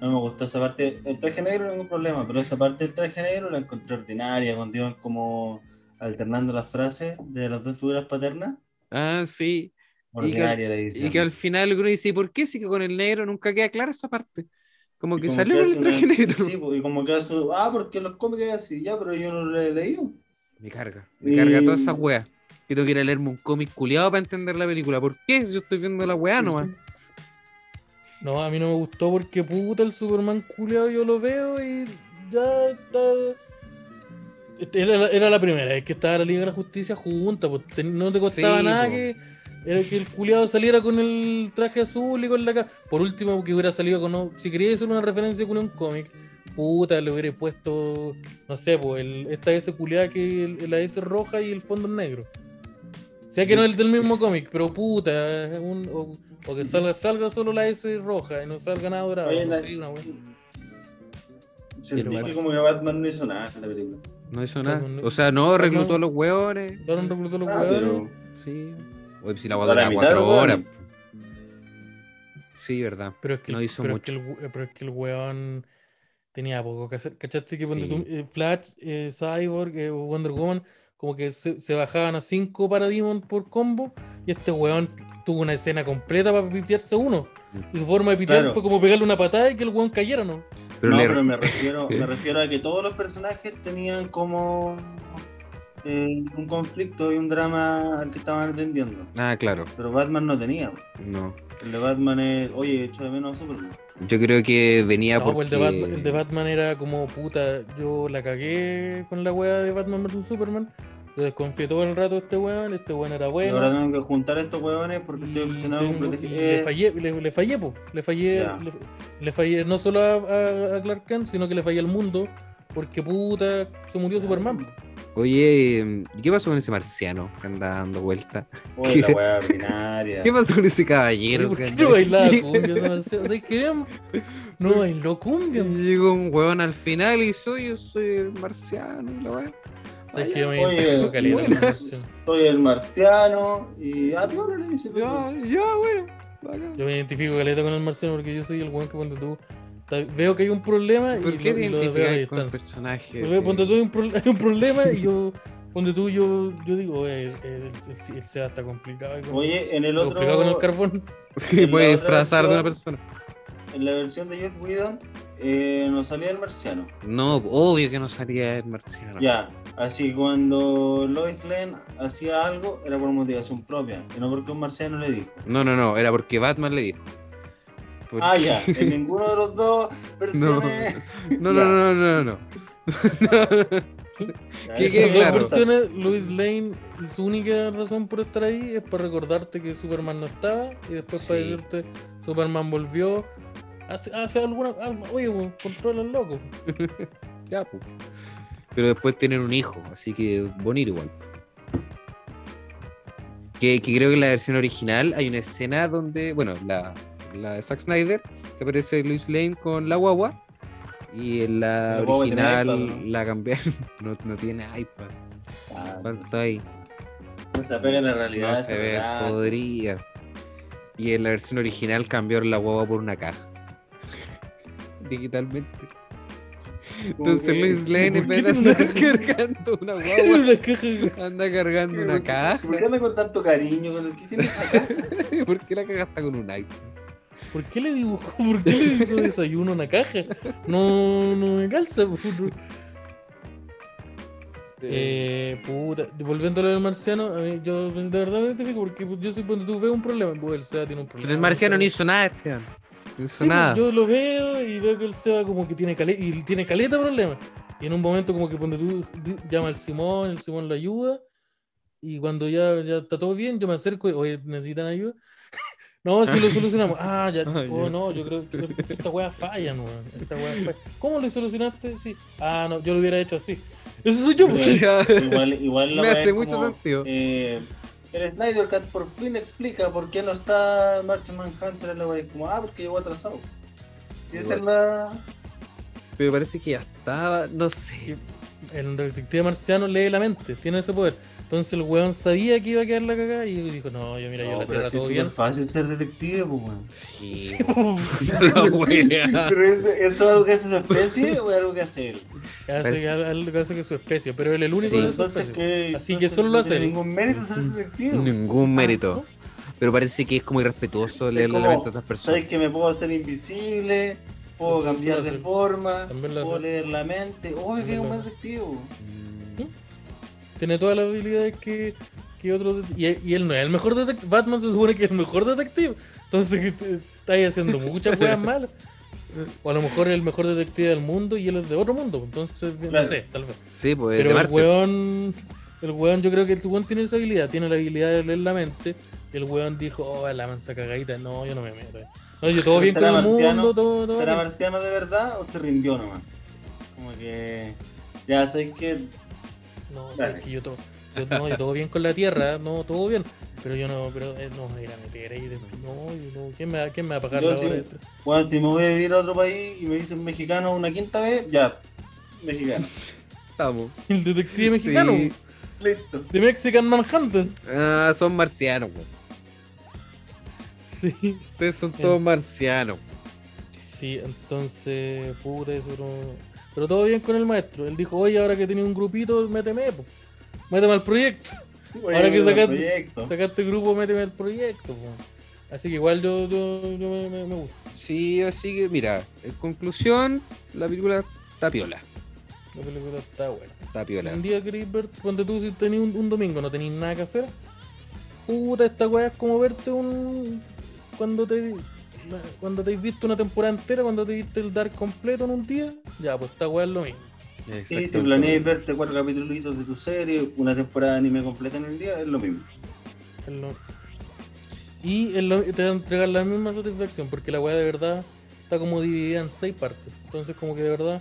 C: No me gustó esa parte. El traje negro, ningún problema, pero esa parte del traje negro la encontré ordinaria, cuando iban como alternando las frases de las dos figuras paternas.
A: Ah, sí.
C: Ordinaria la
A: Y
C: edición.
A: que al final uno dice, ¿y por qué sí que con el negro nunca queda clara esa parte? Como
C: Y
A: que
C: como
A: salió
C: hace
A: el traje
C: una-
A: negro.
C: Sí, pues, y como que hace, ah, porque los cómics es así, ya, pero yo no lo he leído.
A: [laughs] Me carga, me carga
C: Y-
A: todas esas weas. Yo tengo que ir a leerme un cómic culiado para entender la película. ¿Por qué? Si Yo estoy viendo la wea nomás.
B: No, a mí no me gustó porque puta el Superman culeado yo lo veo y ya está. Este, Era la, era la primera vez que estaba la Liga de la Justicia junta, pues te- no te costaba
A: Sí,
B: nada
A: po.
B: que, era que el culeado saliera con el traje azul y con la ca- Por último, que hubiera salido con. un- Si quería hacer una referencia con un cómic, puta, le hubiera puesto, no sé, pues el, esta S culeada que el- la S roja y el fondo es negro. Sé que no es del mismo cómic, pero puta, es un- o, o que salga, salga solo la S roja y no salga nada dorado.
C: Oye,
B: no
C: la-
B: sé, una wea.
C: Sentí
A: Pero-
C: que como que Batman no hizo nada en la película.
A: No hizo nada.
B: Batman no-
A: O sea, no, reclutó a
B: Batman-
A: los weones.
B: Batman reclutó a los
C: Ah,
B: hueones.
C: pero
A: Sí. Oye, pues si la wea
C: A la
A: dura
C: mitad,
A: cuatro
C: weón.
A: horas. po. Sí, verdad.
B: Pero es que,
A: No
B: el,
A: hizo
B: pero
A: mucho.
B: Es que el, we- pero es que el weón tenía poco que hacer. ¿Cachaste que cuando
A: Sí.
B: tú- eh, Flash, eh, Cyborg, eh, Wonder Woman, como que se, se bajaban a 5 Parademon por combo? Y este weón tuvo una escena completa para pitearse uno.
A: Mm.
B: Y su forma de pitear
C: Claro.
B: fue como pegarle una patada y que el weón cayera, ¿no?
A: Pero
C: no,
A: le-
C: pero me
A: [laughs]
C: refiero, me refiero a que todos los personajes tenían como eh, un conflicto y un drama al que estaban atendiendo.
A: Ah, claro.
C: Pero Batman no tenía.
A: No.
C: El de Batman es, oye, echo de menos a Superman.
A: Yo creo que venía
B: No,
A: porque...
B: pues el, de Batman, el de Batman era como puta, yo la cagué con la weá de Batman vs Superman. Yo desconfié todo el rato de este weón, este weón era
C: Y
B: bueno.
C: ahora tengo que juntar a estos huevones porque
B: Y
C: estoy obsesionado con
B: tengo-
C: proteger. eh.
B: y Mm, le fallé, le, le fallé, po. le fallé,
C: Ya.
B: le, le fallé no solo a, a- a Clark Kent, sino que le fallé al mundo, porque puta, se murió Superman. po.
A: Oye, ¿y ¿qué pasó con ese marciano que anda dando vuelta?
C: Oye, la hueá ordinaria.
A: ¿Qué pasó con ese
B: Oye,
A: caballero?
B: ¿Por qué
A: que
B: no
A: anda- [laughs]
B: bailaba cumbia? esa Marcela? ¿Sabes qué? No bailó cumbia.
A: Y Llegó un huevón al final y soy yo soy el marciano. y La weá.
B: ¿Sabes que yo me
C: Oye,
B: identifico caleta con
A: buena.
B: Marcela.
C: Soy el marciano y. Ah, piola le dice, pero.
A: Ya, ya, bueno. bacán.
B: Yo me identifico caleta con el Marcelo porque yo soy el weón que cuando tú ta- veo que hay un problema y
A: ¿Por qué
B: lo,
A: te
B: y lo veo a la
A: identificas con el
B: distancia.
A: personaje?
B: Yo veo,
A: de-
B: ponte tú hay un, pro- [laughs] hay un problema y yo, ponte tú, yo, yo digo, "Oye, el, el, el- el SEA está complicado. y con-
C: Oye, en el
B: Lo pegaba con el
A: [laughs]
C: otro.
B: carbón.
A: Que
C: en la
A: puede
C: otra
A: disfrazar de una
C: versión-
A: persona.
C: en la versión de Jeff Whedon, eh, no salía el marciano.
A: No, obvio que no salía el marciano.
C: Ya, así cuando Lois Lane hacía algo era por motivación propia, y no porque un marciano le dijo.
A: No, no, no, era porque Batman le dijo. Porque-
C: Ah, ya,
A: [laughs]
C: en ninguno de los dos versiones.
A: No, no,
C: Ya.
A: no, no, no, no.
C: Ya,
A: Que
C: eso
A: quede
C: me
A: claro.
C: gusta.
B: versiones, Luis Lane, su única razón por estar ahí es para recordarte que Superman no estaba y después para
A: Sí.
B: decirte Superman volvió. Hace, hace alguna. ah, Oye, weón, controla
A: [laughs]
B: el loco.
A: Ya, pu. Pero después tienen un hijo, así que bonito igual. Que, que creo que en la versión original hay una escena donde, bueno, la, la de Zack Snyder, que aparece Luis Lane con la guagua. Y en la
C: La guagua tiene
A: original
C: iPad, ¿no?
A: la cambiaron. [laughs] No, no tiene iPad.
C: Ah,
A: Falta ahí.
C: no se apega a la
A: No
C: realidad.
A: se ve,
C: relaja.
A: podría. Y en la versión original cambiaron la guagua por una caja. [laughs] Digitalmente.
C: Como
A: Entonces
C: que-
A: Luis Lane
B: ¿Por
A: en vez de
B: qué no?
A: andar cargando una guagua,
B: Una caja-
A: anda cargando una caja. [laughs]
C: ¿Por qué habla con tanto cariño? con el- ¿Qué tiene esa caja?
A: ¿Por qué la caja está con un iPhone?
B: ¿Por qué le dibujó? [laughs] ¿Por qué le hizo desayuno a una caja? No, no me calza. po, no. Eh, puta, volviendo a lo del marciano, a mí, yo de verdad me identifico porque pues, yo soy cuando tú ves un problema, pues el SEA tiene un
A: Pero
B: problema.
A: el marciano no
B: Sí,
A: hizo nada, Esteban. No hizo
B: pues,
A: nada. [laughs]
B: Yo lo veo y veo que el SEA como que tiene caleta, y tiene caleta de problemas. Y en un momento como que cuando tú di- llama al Simón, el Simón lo ayuda, y cuando ya, ya está todo bien, yo me acerco y, oye, ¿necesitan ayuda? [laughs] no,
A: [laughs]
B: si lo solucionamos. Ah, ya,
A: Ah,
B: oh
A: ya.
B: no, yo creo que esta wea falla, no, esta wea falla. ¿Cómo lo solucionaste? Sí. Ah, no, yo lo hubiera hecho así. Eso soy yo. pues.
A: Ya.
C: Igual, igual la
A: Me
C: weá
A: hace
C: es
A: mucho
C: como,
A: sentido.
C: eh, el Snyder Cat por fin explica por qué no está Martian Manhunter en la web. Como, ah, porque llegó atrasado. Y esa es
A: Igual.
C: la.
A: Pero parece que ya estaba, no sé.
B: [laughs] El detective marciano lee la mente, tiene ese poder. Entonces el weón sabía que iba a quedar la cagada y dijo, no, yo mira, yo la tierra todo bien.
C: fácil ser detective, pues, weón.
A: Sí.
B: pues.
A: [laughs] la
B: [laughs]
A: wea.
C: Pero eso, eso es algo que hace su especie o es algo que hace él.
B: Hace, que- algo que hace que su especie, pero él es el único
A: Pues, Sí.
B: de su
C: Entonces,
B: especie.
C: que,
B: Así
C: entonces
B: que solo lo
C: no
B: hace
C: tiene
B: él.
C: ningún mérito ser
B: pues.
C: detective.
B: Ah,
A: Ningún mérito. Pero parece que es como irrespetuoso leer la
C: como,
A: mente de otras personas.
C: Sabes que me puedo hacer invisible, puedo
B: Eso lo
C: cambiar
B: hace
C: de
B: él.
C: forma,
B: También lo
C: puedo
B: hace.
C: leer la mente. ¡Oh, que es un
B: También lo
C: buen
B: hace.
C: detective!
A: Mm.
B: Tiene todas las habilidades que, que otros. det- Y, y él no es el mejor detective. Batman se supone que es el mejor detective. Entonces [laughs] que te- está ahí haciendo muchas
A: [laughs]
B: weas malas. O a lo mejor es el mejor detective del mundo y él es de otro mundo. pues, Entonces, no
C: Claro.
B: sé, tal vez.
A: Sí, pues de
B: Pero el
A: Marte.
B: weón, el weón, yo creo que el weón tiene esa habilidad, tiene la habilidad de leer la mente. y el weón dijo, oh, la mansa cagadita, no, yo no me meto. No, yo todo bien con
C: ¿Será
B: el
C: marciano?
B: mundo, todo, todo
C: ¿Será
B: bien".
C: marciano de verdad o se rindió nomás? Como que. Ya sabes que.
B: No, sí,
C: Dale.
B: es que yo todo, yo, no, yo todo bien con la tierra, no, todo bien. Pero yo no, pero eh, no me voy a ir a meter ahí. de- No, yo no, ¿quién me, va- quién me va a pagar
C: Yo
B: la
C: sí.
B: hora? extra?
C: Bueno, si me voy a vivir a otro país y me dicen mexicano una quinta vez, ya.
B: [laughs]
C: Mexicano.
A: Estamos.
B: El detective mexicano,
A: Sí.
C: Listo.
B: de Mexican Manhunter.
A: Ah, son marcianos, weón.
B: Sí.
A: Ustedes son todos marcianos.
B: Sí, entonces, puta, eso no... Pero todo bien con el maestro. Él dijo, oye, ahora que tenés un grupito, méteme, po. méteme al proyecto. Ahora que
C: Oye,
B: sacaste-
C: proyecto.
B: Sacaste grupo, méteme al proyecto, po. Así que igual yo, yo, yo me, me- me gusta.
A: Sí, así que, mira, en conclusión, la película está piola.
B: La película está buena.
A: Está piola.
B: Un día querés ver, cuando tú si tenés un, un domingo, no tenés nada que hacer. Puta, esta weá es como verte un. Cuando te. la- Cuando te has visto una temporada entera, cuando te viste el Dark completo en un día, ya, pues esta weá es lo mismo.
C: Sí,
A: Exactamente.
C: te planeas verte cuatro capítulos de tu serie, una temporada de anime completa en el día, es lo mismo.
B: Es lo- Y es lo- te va a entregar la misma satisfacción, porque la weá de verdad está como dividida en seis partes. Entonces, como que de verdad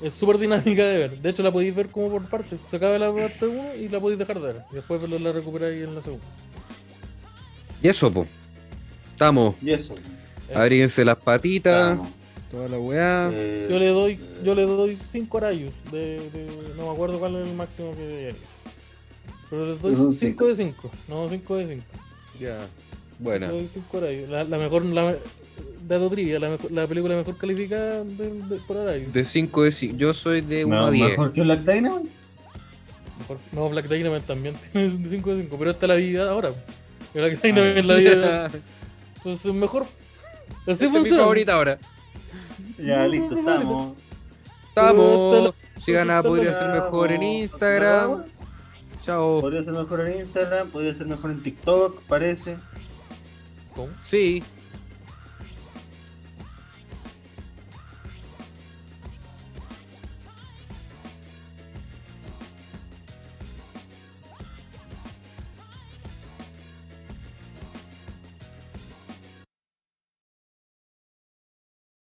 B: es súper dinámica de ver. De hecho, la podéis ver como por partes. Se acaba la parte 1 y la podéis dejar de ver. Y después la recuperáis en la segunda.
A: Y eso, po. Estamos.
C: Y eso.
B: Eh.
A: Abríguense las patitas,
C: Vamos.
A: toda la weá.
C: Eh,
B: Yo le doy yo le doy 5 rayos. De, de- no me acuerdo cuál es el máximo que haría. Pero les doy
C: Yo doy
B: 5 de 5. No, 5 de 5.
A: Ya. Bueno.
B: Le doy cinco rayos. La, la mejor. La, dato trivia, la, mejor- la película mejor calificada de, de- por Arayus.
A: De 5 de 5. Yo soy de 1
C: no,
A: a 10.
C: mejor que Black Dynamite.
B: Mejor- No, Black Dynamite también [laughs] tiene 5 de
A: Ah. [laughs]
B: 5, pero esta la vida ahora. Black Dynamite es la vida. Entonces, mejor.
A: Esta
B: Así
A: Este es mi
B: funciona.
A: favorita ahora.
C: Ya, listo, estamos.
A: Estamos. Si
B: Puta
A: gana,
B: la-
A: podría ser mejor en Instagram. Chao.
C: Podría ser mejor en Instagram, podría ser mejor en TikTok, parece.
A: Sí,